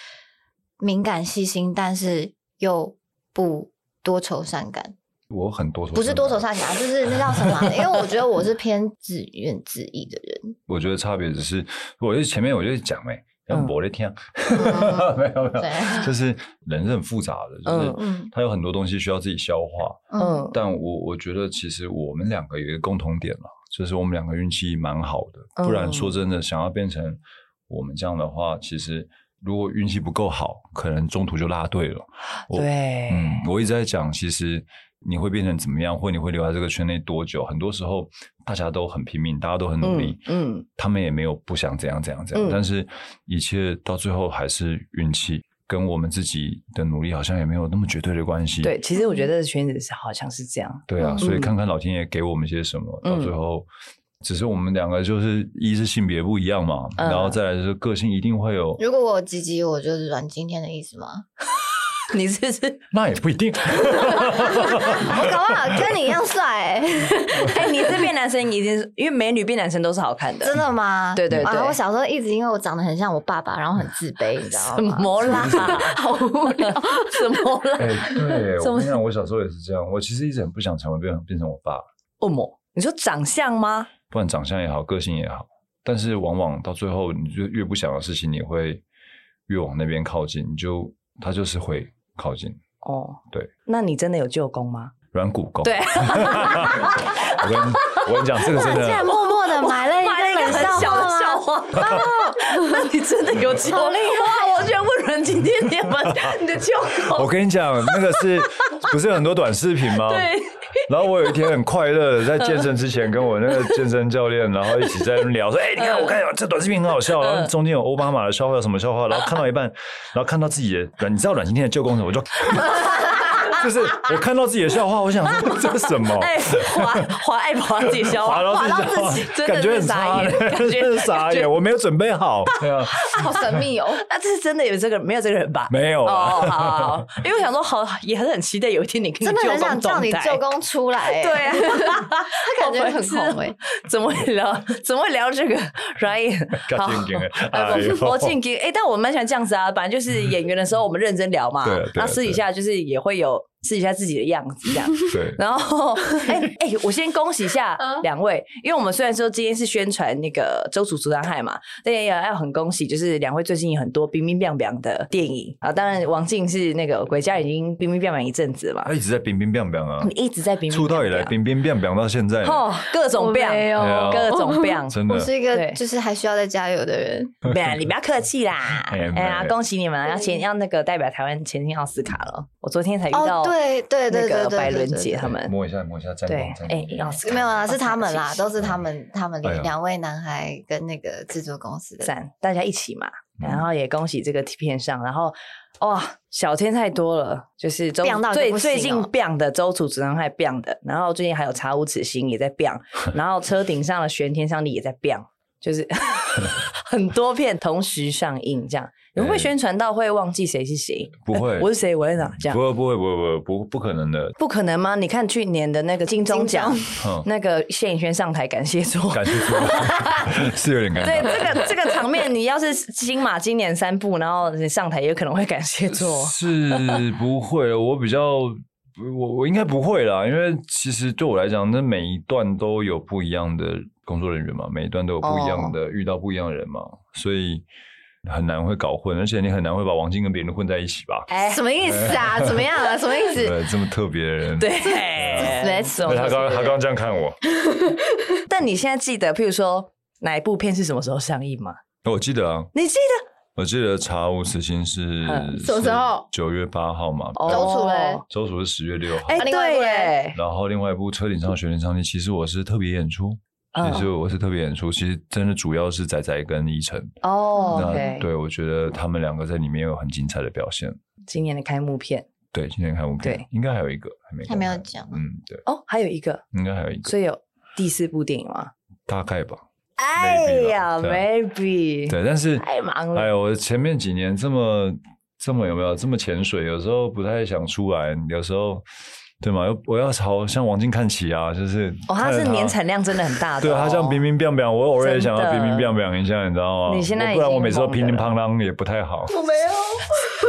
Speaker 3: 敏感细心，但是又不多愁善感。
Speaker 4: 我很多愁，
Speaker 3: 不是多愁善感，就是那叫什 么啊？因为我觉得我是偏自怨自艾的人。
Speaker 4: 我觉得差别只是，我就前面我就讲哎、欸，然后我在听， 没有没有，
Speaker 3: 哦对
Speaker 4: 就是人是很复杂的，就
Speaker 3: 嗯
Speaker 4: 是他有很多东西需要自己消化。
Speaker 3: 嗯
Speaker 2: 嗯
Speaker 4: 但我我觉得其实我们两个有一个共同点了，就是我们两个运气蛮好的，不然
Speaker 2: 嗯
Speaker 4: 说真的，想要变成我们这样的话，其实如果运气不够好，可能中途就落队了。我
Speaker 2: 对，
Speaker 4: 嗯，我一直在讲，其实你会变成怎么样，或你会留在这个圈内多久，很多时候大家都很拼命，大家都很努力，
Speaker 2: 嗯嗯
Speaker 4: 他们也没有不想怎样怎样怎
Speaker 2: 嗯
Speaker 4: 样，但是一切到最后还是运气。跟我们自己的努力好像也没有那么绝对的关系。
Speaker 2: 对，其实我觉得这圈子是好像是这 样，
Speaker 4: 对啊，
Speaker 3: 嗯
Speaker 4: 所以看看老天爷给我们些什么，到最
Speaker 2: 嗯
Speaker 4: 后，只是我们两个就是一是性别不一样嘛，
Speaker 2: 嗯
Speaker 4: 然后再来就是个性一定会有，
Speaker 3: 如果我有积极，我就是软今天的意思吗？
Speaker 2: 你是不是？
Speaker 4: 那也不一 定。
Speaker 3: 我搞不 好跟你一样帅、欸，
Speaker 2: 哎、你这变男生一定是因为美女变男生都是好看的，
Speaker 3: 真的吗？
Speaker 2: 对对
Speaker 3: 啊
Speaker 2: 对
Speaker 3: 我小时候一直因为我长得很像我爸爸，然后很自卑，你知 道
Speaker 2: 什
Speaker 3: 吗？
Speaker 2: 么啦？ 好无聊， 什么啦？
Speaker 4: 哎、对，
Speaker 2: 怎么
Speaker 4: 我跟你讲，我小时候也是这样，我其实一直很不想成为变变成我爸，
Speaker 2: 恶魔？你说长相吗？
Speaker 4: 不管长相也好，个性也好，但是往往到最后，你就越不想的事情，你会越往那边靠近，你就他就是会靠近
Speaker 2: 哦，
Speaker 4: 对，
Speaker 2: 那你真的有舅公吗？
Speaker 4: 软骨功。
Speaker 2: 对，
Speaker 4: 我跟你我跟你讲，这 个真
Speaker 3: 竟然
Speaker 4: 的。
Speaker 3: 默默的埋了
Speaker 2: 买了
Speaker 3: 一
Speaker 2: 一个
Speaker 3: 个冷
Speaker 2: 很
Speaker 3: 笑
Speaker 2: 小的
Speaker 3: 话
Speaker 2: 笑
Speaker 3: 吗？
Speaker 2: 话。啊那你真的有舅公？哇！我居然问人今天你们你的舅
Speaker 4: 我
Speaker 2: 公？
Speaker 4: 跟你讲，那个是不是有很多短视频 吗？
Speaker 2: 对，
Speaker 4: 然后我有一天很快乐的在健身之前，跟我那个健身教练，然后一起在那边聊，说：“哎、你
Speaker 2: 嗯
Speaker 4: 看，我看这短视频很好笑。”然后中间有奥巴马的笑话，有什么笑话，然后看到 一半，然后看到自己的软，你知道阮经天的旧工程，我就就是我看到自己的笑话，我想 说这是什么？
Speaker 2: 哎，滑滑爱滑自己笑话，
Speaker 4: 滑哦到
Speaker 2: 滑
Speaker 4: 自己笑话，
Speaker 2: 真
Speaker 4: 感
Speaker 2: 的
Speaker 4: 觉
Speaker 2: 是
Speaker 4: 很
Speaker 2: 傻
Speaker 4: 差
Speaker 2: 眼，
Speaker 4: 欸，
Speaker 2: 感
Speaker 4: 真
Speaker 2: 觉
Speaker 4: 是傻。
Speaker 2: 感
Speaker 4: 眼，
Speaker 2: 觉
Speaker 4: 我没有准 备好。对啊，
Speaker 3: 好神秘哦！
Speaker 2: 那这是真的有这个没有这个人吧？
Speaker 4: 没有
Speaker 2: 哦，好
Speaker 4: 啊。
Speaker 2: 好好，因为我想说好，也还是很期待有一天你跟你
Speaker 3: 真的
Speaker 2: 舅
Speaker 3: 很
Speaker 2: 公
Speaker 3: 想叫你
Speaker 2: 同台
Speaker 3: 舅公出来、欸，
Speaker 2: 对，啊，
Speaker 3: 他感觉很红哎、欸。
Speaker 2: 怎么会聊？ 怎么会聊这个？Ryan，
Speaker 4: 较
Speaker 2: 好
Speaker 4: 正经的
Speaker 2: 哎
Speaker 4: 哎呦
Speaker 2: 我我进京哎，但我蛮喜欢这样子啊。本来就是演员的时候，我们认真聊嘛
Speaker 4: 对啊，对啊
Speaker 2: 那私底下就是也会有私底下自己的样子这样。
Speaker 4: 对，啊
Speaker 2: 然后， 哎、哎、我先恭喜一下
Speaker 3: 嗯
Speaker 2: 两位，因为我们虽然说今天是宣传那个周楚楚丹害嘛，但也要很恭喜，就是两位最近有很多冰冰凉凉的电影啊。当然，王静是那个鬼家已经冰冰凉凉一阵子了嘛
Speaker 4: 他，一直在冰冰冰冰啊
Speaker 2: 你，一直在冰冰
Speaker 4: 出道以
Speaker 2: 冰
Speaker 4: 来
Speaker 2: 嗯冰
Speaker 4: 冰冰冰冰到现 在，
Speaker 2: 哦，各种病，
Speaker 3: 没有
Speaker 4: 对啊
Speaker 2: 各种病。
Speaker 4: 真的
Speaker 3: 我是一个
Speaker 2: 对
Speaker 3: 就是还需要再加油的人，
Speaker 2: 不要，你不要客气啦！
Speaker 4: 哎
Speaker 2: 哎
Speaker 4: 呀
Speaker 2: 呀，
Speaker 4: 没
Speaker 2: 恭喜你们啊要前要那个代表台湾前进奥斯卡了。我昨天才遇到
Speaker 3: 哦对对对
Speaker 2: 那
Speaker 3: 对
Speaker 2: 个
Speaker 3: 对
Speaker 2: 白
Speaker 3: 对
Speaker 2: 伦
Speaker 3: 对
Speaker 2: 姐
Speaker 3: 对
Speaker 2: 他们，
Speaker 4: 摸一下摸一下，沾
Speaker 2: 对
Speaker 4: 光沾，
Speaker 2: 哎
Speaker 4: 光，
Speaker 2: 奥斯卡
Speaker 3: 没 有啊，是他们
Speaker 2: 奥
Speaker 3: 啦，
Speaker 2: 斯卡
Speaker 3: 都是他们，他们
Speaker 4: 哎呀
Speaker 3: 两位男孩跟那个制作公司的
Speaker 2: 赞，大家一起嘛。然后也恭喜这个片上，然后哇，小天太多了，就是周
Speaker 3: 棒到就
Speaker 2: 最
Speaker 3: 不行
Speaker 2: 最近
Speaker 3: 哦
Speaker 2: biang 的周楚只能还 biang 的，然后最近还有查无此心也在 biang，然后车顶上的玄天上帝也在 biang，就是 很多片同时上映这样，你会不会
Speaker 4: 哎
Speaker 2: 宣传到会忘记谁是谁？
Speaker 4: 不会
Speaker 2: 呃 我是谁，我在哪？这样
Speaker 4: 不会不会不会不会不不可能的，
Speaker 2: 不可能吗？你看去年的那个金钟奖
Speaker 3: 金，
Speaker 4: 哼，
Speaker 2: 那个谢颖轩上台感谢说。
Speaker 4: 感谢说 是有点 尴
Speaker 2: 对
Speaker 4: 尬。
Speaker 2: 这个这个场面，你要是金马今年三部，然后你上台也可能会感谢座。
Speaker 4: 是不会，我比较我我应该不会啦，因为其实对我来讲，那每一段都有不一样的工作人员嘛，每一段都有不一样
Speaker 2: 哦
Speaker 4: 的、遇到不一样的人嘛，所以很难会搞混，而且你很难会把王晶跟别人混在一起吧？
Speaker 2: 哎
Speaker 3: 什么意思啊？怎么样啊？什么意思？
Speaker 4: 对，这么特别的人，
Speaker 2: 对，
Speaker 3: 没错
Speaker 4: 对。他刚他刚刚这样看我，
Speaker 2: 但你现在记得，譬如说哪一部片是什么时候上映吗？
Speaker 4: 我记得啊，
Speaker 2: 你记得？
Speaker 4: 我记得《查无此心》是
Speaker 2: 嗯
Speaker 3: 什么时候？哦
Speaker 4: 九月八号嘛，
Speaker 3: 周楚嘞
Speaker 4: 周楚是十月六号。
Speaker 2: 哦哎，
Speaker 3: 啊另外一
Speaker 2: 对
Speaker 3: 部嘞
Speaker 2: 耶，
Speaker 4: 然后另外一部《车顶上的悬铃上帝》，其实我是特别演出，
Speaker 2: 嗯
Speaker 4: 其实我是特别演出，其实真的主要是仔仔跟依晨。
Speaker 2: 哦
Speaker 4: 那
Speaker 2: ，OK，
Speaker 4: 对我觉得他们两个在里面有很精彩的表现。
Speaker 2: 今年的开幕片
Speaker 4: 对，今天看我
Speaker 2: 对
Speaker 4: 片，应该还有一个还没
Speaker 3: 还没有
Speaker 4: 公开
Speaker 3: 讲
Speaker 4: 嗯，对，
Speaker 2: 哦，还有一个，
Speaker 4: 应该还有一个，
Speaker 2: 所以有第四部电影吗？
Speaker 4: 大概吧。
Speaker 2: 哎呀
Speaker 4: Maybe 吧
Speaker 2: ，maybe，
Speaker 4: 啊对，但是
Speaker 2: 太忙了
Speaker 4: 哎呀，我前面几年这么这么有没有这么潜水？有时候不太想出来，有时候对吗？又我要朝向王静看齐啊，就是
Speaker 2: 哦，它
Speaker 4: 看着
Speaker 2: 是年产量真的很大的、
Speaker 4: 对啊
Speaker 2: 哦，
Speaker 4: 他这样冰冰冰冰，我偶尔也想要
Speaker 2: 真的
Speaker 4: 冰冰冰冰一下，你知道吗？
Speaker 2: 你现在
Speaker 4: 我
Speaker 2: 已
Speaker 4: 不然我
Speaker 2: 经
Speaker 4: 每次都
Speaker 2: 懵
Speaker 4: 乒
Speaker 2: 了
Speaker 4: 乒乓啷也不太好。
Speaker 3: 我没有，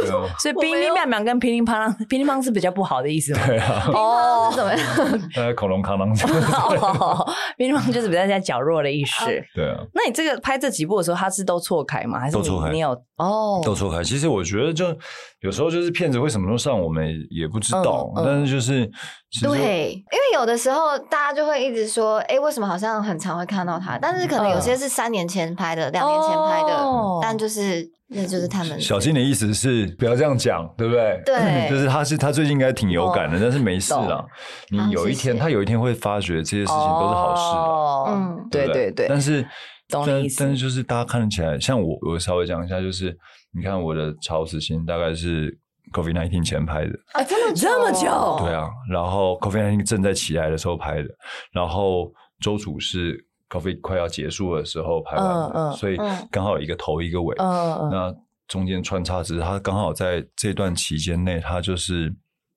Speaker 4: 对啊
Speaker 2: 所以乒乒乓乓跟乒乒乓啷，乒乒乓是比较不好的意思 吗？
Speaker 4: 对啊，
Speaker 3: 哦，怎么样？
Speaker 4: 呃，恐龙扛啷这样
Speaker 2: 哦，乒乓就是比较在角落的意思。
Speaker 4: 对啊，
Speaker 2: 那你这个拍这几部的时候，它是都错开吗？还是
Speaker 4: 都错
Speaker 2: 你
Speaker 4: 开
Speaker 2: 你有哦？
Speaker 4: 都错开。其实我觉得，就有时候就是骗子会什么时候上，我们也不知道。
Speaker 2: 嗯嗯
Speaker 4: 但是就是，其实我
Speaker 3: 对，因为有的时候大家就会一直说，哎、为什么好像很常会看到他？但是可能有些是三年前拍的，两、年前拍的，
Speaker 2: 哦
Speaker 3: 但就是那就是他们
Speaker 4: 小金的意思是不要这样讲，对不 对？嗯
Speaker 3: 对
Speaker 4: 就是他是他最近应该挺有感的，但是没事啦
Speaker 2: 哦懂。
Speaker 4: 你有一天，
Speaker 3: 啊谢谢
Speaker 4: 他有一天会发觉这些事情都是好事的。
Speaker 2: 哦
Speaker 3: 嗯
Speaker 2: 对
Speaker 4: 不
Speaker 2: 对对，
Speaker 4: 但是
Speaker 2: 懂
Speaker 4: 但
Speaker 2: 你意思
Speaker 4: 但是就是大家看得起来，像我，我稍微讲一下，就是你看我的超死心大概是 COVID nineteen 前拍的，
Speaker 3: 啊，这么
Speaker 2: 这么久
Speaker 4: 对啊，然后 COVID nineteen 正在起来的时候拍的，然后周楚是 COVID 快要结束的时候拍完的，
Speaker 2: 嗯嗯
Speaker 4: 所以
Speaker 3: 嗯
Speaker 4: 刚好有一个头一个尾，
Speaker 2: 嗯嗯嗯
Speaker 4: 那中间穿插，只是他刚好在这段期间内，他就是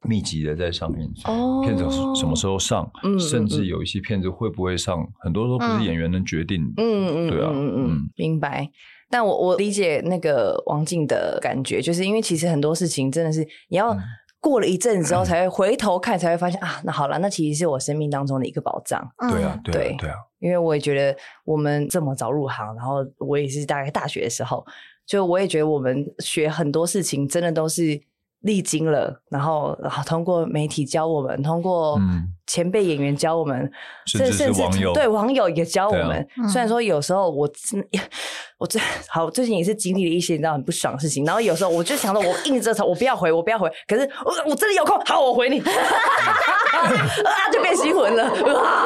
Speaker 4: 密集的在上映。
Speaker 2: 哦
Speaker 4: 片子什么时候上，
Speaker 2: 嗯嗯
Speaker 4: 甚至
Speaker 2: 嗯
Speaker 4: 有一些片子会不会上，很多都不是
Speaker 3: 嗯
Speaker 4: 演员能决定。
Speaker 2: 嗯嗯
Speaker 4: 对啊
Speaker 2: 嗯嗯嗯
Speaker 4: 嗯，
Speaker 2: 明白。但我我理解那个王静的感觉，就是因为其实很多事情真的是你要
Speaker 4: 嗯
Speaker 2: 过了一阵之后才会回头看，才会发现啊，那好了，那其实是我生命当中的一个宝藏。
Speaker 3: 嗯
Speaker 4: 对啊，，对
Speaker 2: 对
Speaker 4: 啊，对啊，
Speaker 2: 因为我也觉得我们这么早入行，然后我也是大概大学的时候，就我也觉得我们学很多事情真的都是历经了，然后然后通过媒体教我们，通过
Speaker 4: 嗯
Speaker 2: 前辈演员教我们，
Speaker 4: 甚至是网友
Speaker 2: 对网友也教我
Speaker 4: 对
Speaker 2: 们
Speaker 4: 啊。
Speaker 3: 嗯
Speaker 2: 虽然说有时候我真 我最好最近也是经历了一些你知道很不爽的事情，然后有时候我就想到我硬着头我不要回，我不要回，可是我我真的有空，好我回你， 啊就变心魂了，啊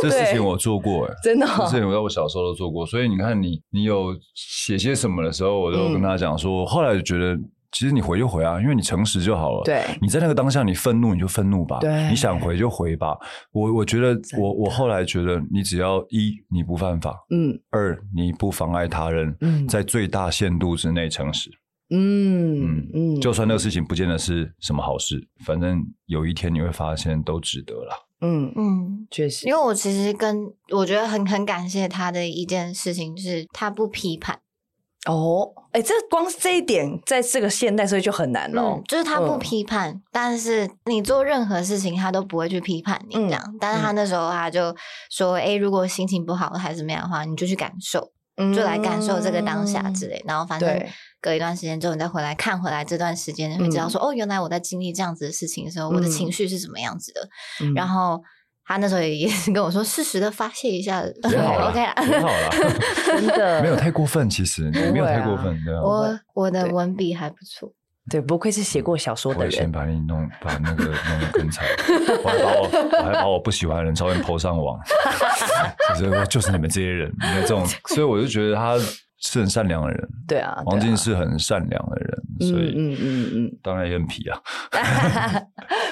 Speaker 4: 这事
Speaker 2: 对
Speaker 4: 情我做过哎、欸。
Speaker 2: 真的
Speaker 4: 这
Speaker 2: 哦、
Speaker 4: 事情我在我小时候都做过，所以你看你，你有写些什么的时候，我都
Speaker 2: 嗯
Speaker 4: 跟他讲说。后来就觉得，其实你回就回啊，因为你诚实就好了。
Speaker 2: 对
Speaker 4: 你在那个当下，你愤怒你就愤怒吧，
Speaker 2: 对
Speaker 4: 你想回就回吧。我我觉得
Speaker 2: 真的
Speaker 4: 我，我后来觉得，你只要一你不犯法，
Speaker 2: 嗯
Speaker 4: 二你不妨碍他人，
Speaker 2: 嗯
Speaker 4: 在最大限度之内诚实。
Speaker 2: 嗯
Speaker 4: 嗯
Speaker 2: 嗯，
Speaker 4: 就算那个事情不见得是什么好事，反正有一天你会发现都值得了。
Speaker 2: 嗯
Speaker 3: 嗯。
Speaker 2: 确实
Speaker 3: 因为我其实跟我觉得很很感谢他的一件事情，就是他不批判，
Speaker 2: 哦，哎、这光是这一点，在这个现代社会就很难了、
Speaker 3: 嗯，就是他不
Speaker 2: 嗯
Speaker 3: 批判，但是你做任何事情他都不会去批判
Speaker 2: 嗯
Speaker 3: 你这样。但是他那时候他就说，哎、如果心情不好还是怎么样的话，你就去感受，
Speaker 2: 嗯
Speaker 3: 就来感受这个当下之。类。然后反正
Speaker 2: 对
Speaker 3: 隔一段时间之后，你再回来看回来这段时间，你会知道说，哦，原来我在经历这样子的事情的时候，我的
Speaker 2: 嗯
Speaker 3: 情绪是什么样子的。
Speaker 2: 嗯
Speaker 3: 然后他那时候也 也是跟我说，适时的发泄一下
Speaker 4: 也好啦，
Speaker 3: ，OK 啦。
Speaker 4: 也好啦，
Speaker 2: 真的
Speaker 4: 没有太过分，其实
Speaker 2: 会啊
Speaker 4: 没有太过分，对啊。
Speaker 3: 我我的
Speaker 2: 对
Speaker 3: 文笔还不错，
Speaker 2: 对，不愧是写过小说
Speaker 4: 我
Speaker 2: 的
Speaker 4: 会先
Speaker 2: 人。
Speaker 4: 把你弄，把那个弄得更惨， 我还把我，我还把我不喜欢的人照片抛上网， 就是我就是你们这些人，你看这 种，所以我就觉得他是很善良的人，
Speaker 2: 对啊，
Speaker 4: 王
Speaker 2: 对啊
Speaker 4: 静是很善良的人，所以
Speaker 2: 嗯嗯嗯
Speaker 4: 当然也很皮啊，
Speaker 2: 嗯，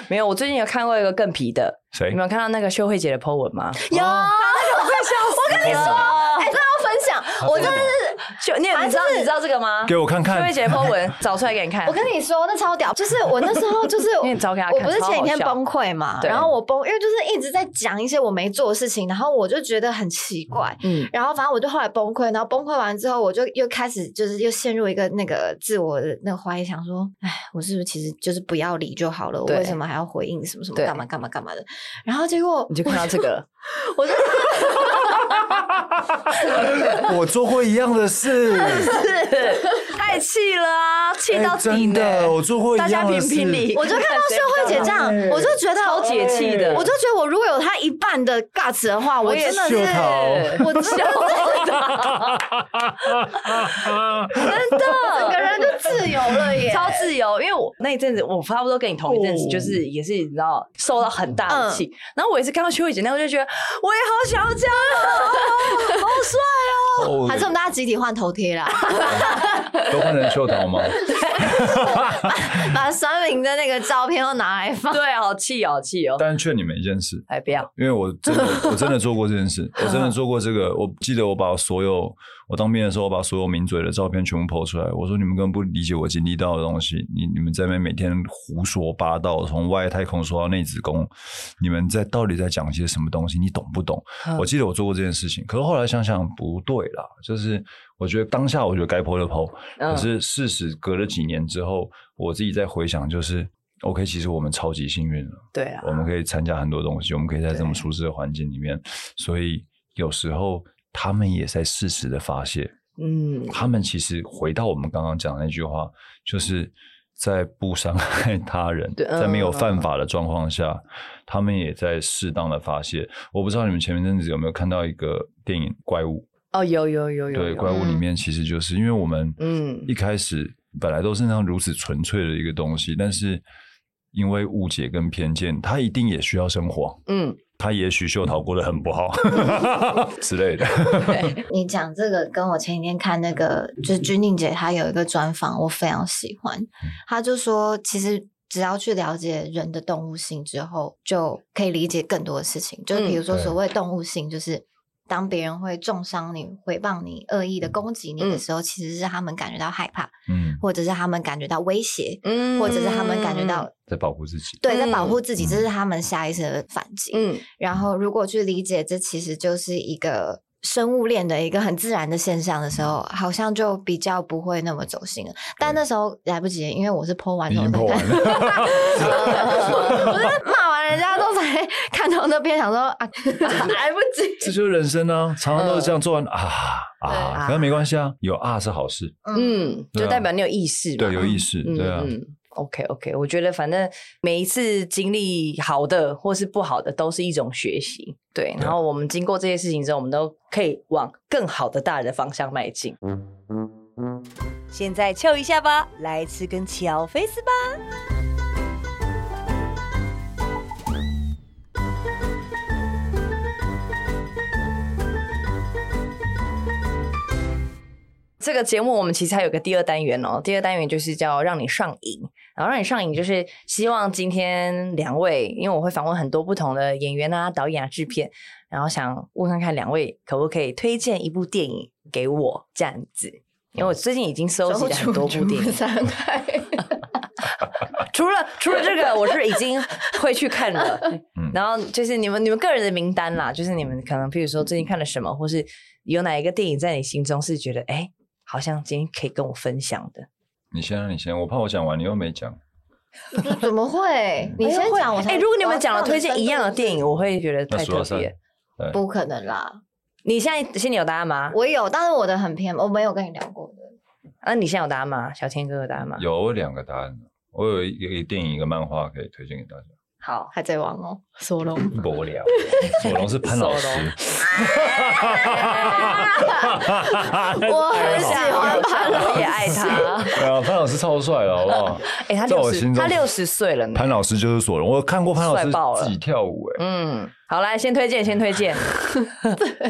Speaker 2: 没有。我最近有看过一个更皮的，
Speaker 4: 谁
Speaker 2: 你们有看到那个秀慧姐的 po 文吗？
Speaker 3: 有，
Speaker 4: 我跟你说，
Speaker 3: 哎，这要分享，我真的是
Speaker 2: 秀，你你知道你知道这个吗？
Speaker 4: 哦给我看
Speaker 2: 秀
Speaker 4: 看
Speaker 2: 慧，姐的 po 文找出来给你看。
Speaker 3: 我跟你说，那超屌！就是我那时候就是
Speaker 2: 因 为你找给他看
Speaker 3: 我不是前几天
Speaker 2: 超好笑
Speaker 3: 崩溃嘛，
Speaker 2: 对
Speaker 3: 然后我崩，因为就是一直在讲一些我没做的事情，然后我就觉得很奇怪。
Speaker 2: 嗯
Speaker 3: 然后反正我就后来崩溃，然后崩溃完之后，我就又开始就是又陷入一个那个自我的那个怀疑，想说，哎，我是不是其实就是不要理就好了？我
Speaker 2: 对
Speaker 3: 为什么还要回应什么什么
Speaker 2: 对
Speaker 3: 干嘛干嘛干嘛的？然后结果
Speaker 2: 你就看到这个了，
Speaker 3: 我就
Speaker 4: 我做过一样的事，
Speaker 2: 太气了啊，气
Speaker 4: 哎
Speaker 2: 到底
Speaker 4: 真
Speaker 2: 呢
Speaker 4: 的，我做过一
Speaker 2: 大家
Speaker 4: 样的
Speaker 2: 评
Speaker 4: 事，
Speaker 2: 评理，
Speaker 3: 我就看到秀慧姐这 样，我就觉得
Speaker 2: 嗯超解气的
Speaker 3: 我就觉得我如果有她一半的 guts 的话，我
Speaker 2: 我也
Speaker 3: 真的是
Speaker 4: 秀桃
Speaker 3: 我真的
Speaker 2: 真的
Speaker 3: 整个 人就自由了耶，
Speaker 2: 超自由，因为我那一阵子，我差不多跟你同一阵子，
Speaker 4: 哦
Speaker 2: 就是也是你知道受到很大的
Speaker 3: 嗯
Speaker 2: 气，然后我也是看到邱慧姐那样，我就觉得我也好想要这样 哦，好帅哦，
Speaker 4: 哦
Speaker 3: 还是我们大家集体换头 贴啦，
Speaker 4: 都换成秀桃吗？
Speaker 3: 把酸民的那个照片都拿来放。
Speaker 2: 对，好气哦，好气哦，
Speaker 4: 但是劝你们一件事，
Speaker 2: 哎不要，
Speaker 4: 因为我真的我真的做过这件事，我真的做过这个。我记得我把所有我当兵的时候，我把所有名嘴的照片全部抛出来，我说你们根本不理解我经历到的东西，你你们在那边每天胡说八道，从外太空说到内子宫，你们在到底在讲些什么东西？你懂不懂？
Speaker 2: 嗯
Speaker 4: 我记得我做过这件事情，可是后来想想不对啦，就是我觉得当下我觉得该剖的剖，
Speaker 2: 嗯
Speaker 4: 可是事实隔了几年之后，我自己在回想，就是 OK，其实我们超级幸运了。
Speaker 2: 对啊，
Speaker 4: 我们可以参加很多东西，我们可以在这么
Speaker 2: 对
Speaker 4: 舒适的环境里面，所以有时候他们也在适时的发泄。
Speaker 2: 嗯，
Speaker 4: 他们其实回到我们刚刚讲的那句话，就是在不伤害他人，
Speaker 2: 对
Speaker 4: 在没有
Speaker 2: 嗯
Speaker 4: 犯法的状况下，他们也在适当的发泄。我不知道你们前面阵子有没有看到一个电影《怪物》。
Speaker 2: 哦，有有有有，
Speaker 4: 对，
Speaker 2: 有
Speaker 4: 怪物里面其实就是因为我们，
Speaker 2: 嗯
Speaker 4: 嗯，一开始本来都是那样如此纯粹的一个东西，但是因为误解跟偏见，它一定也需要生活。
Speaker 2: 嗯，
Speaker 4: 它也许秀桃过得很 不好之类的，
Speaker 2: 对，
Speaker 3: 你讲这个跟我前几天看那个，就是君宁姐她有一个专访，我非常喜欢。
Speaker 4: 嗯
Speaker 3: 她就说，其实只要去了解人的动物性之后，就可以理解更多的事情。就是比如说
Speaker 4: 嗯对
Speaker 3: 所谓动物性，就是当别人会重伤你、诽谤你、恶意的攻击你的时候，其实是他们感觉到害怕，
Speaker 4: 嗯，
Speaker 3: 或者是他们感觉到威胁，
Speaker 2: 嗯
Speaker 3: 或者是他们感觉到。
Speaker 4: 在保护自己。
Speaker 3: 对，在保护自己，
Speaker 4: 嗯
Speaker 3: 这是他们下意识的反击。
Speaker 2: 嗯
Speaker 3: 然后如果去理解这其实就是一个生物链的一个很自然的现象的时候，好像就比较不会那么走心了。但那时候来不及，因为我是剖完
Speaker 4: 已
Speaker 3: 头
Speaker 4: 经
Speaker 3: 才
Speaker 4: 破 完
Speaker 3: 看，
Speaker 4: 了，
Speaker 3: 我是骂完人家之后才 看到那边，想说啊，来不及。
Speaker 4: 这就是人生啊！常常都是这样
Speaker 2: 嗯
Speaker 4: 做完啊啊，可是没关系啊，有啊是好事，
Speaker 3: 嗯，
Speaker 2: 嗯，
Speaker 4: 对
Speaker 2: 就
Speaker 4: 啊
Speaker 2: 代表你有意识嘛，
Speaker 4: 对，有意识，
Speaker 2: 嗯
Speaker 4: 对啊，
Speaker 2: 嗯 OK OK，我觉得反正每一次经历好的或是不好的，都是一种学习。
Speaker 4: 啊
Speaker 2: 对，然后我们经过这些事情之后，我们都可以往更好的大人的方向迈进。
Speaker 1: 现在秀一下吧，来吃根巧菲斯吧。
Speaker 2: 这个节目我们其实还有个第二单元哦，第二单元就是叫让你上瘾，然后让你上瘾就是希望今天两位，因为我会访问很多不同的演员啊、导演啊、制片，然后想问看看两位可不可以推荐一部电影给我这样子，因为我最近已经
Speaker 3: 嗯
Speaker 2: 收集了很多啊部电影，
Speaker 3: 三块，
Speaker 2: 除了除了这个，我是已经会去看了。
Speaker 4: 嗯
Speaker 2: 然后就是你们你们个人的名单啦，就是你们可能譬如说最近看了什么，或是有哪一个电影在你心中是觉得哎、诶好像今天可以跟我分享的。
Speaker 4: 你先啊，你先，我怕我讲完你又没讲。
Speaker 3: 怎么会？你先讲，我才
Speaker 2: 哎、如果你们讲了
Speaker 3: 我要
Speaker 2: 推
Speaker 3: 知道
Speaker 2: 荐
Speaker 3: 你
Speaker 2: 一样的电影，我会觉得太
Speaker 4: 那数
Speaker 2: 特
Speaker 4: 到三
Speaker 2: 别。
Speaker 4: 对
Speaker 3: 不可能啦。
Speaker 2: 你现在心里有答案吗？
Speaker 3: 我有，但是我的很偏，我没有跟你聊过的。
Speaker 2: 那、啊你现在有答案吗？小天哥有答案吗？
Speaker 4: 有我有两个答案，我有一个电影一个漫画可以推荐给大家。
Speaker 2: 好，
Speaker 3: 海贼王哦，索隆，
Speaker 4: 无聊， 索隆是潘老师
Speaker 2: 索隆。
Speaker 3: 我很 喜欢潘老
Speaker 2: 我
Speaker 3: 师
Speaker 2: 也爱他。
Speaker 4: 对啊，潘老师超帅了，好不好？
Speaker 2: 哎、 他
Speaker 4: 在
Speaker 2: 六
Speaker 4: 我
Speaker 2: 十，
Speaker 4: 心中
Speaker 2: 他六十岁了呢。
Speaker 4: 潘老师就是索隆，我有看过潘老
Speaker 2: 帅爆了
Speaker 4: 师自己跳舞、欸，
Speaker 2: 嗯，好，来先推荐，先推 荐。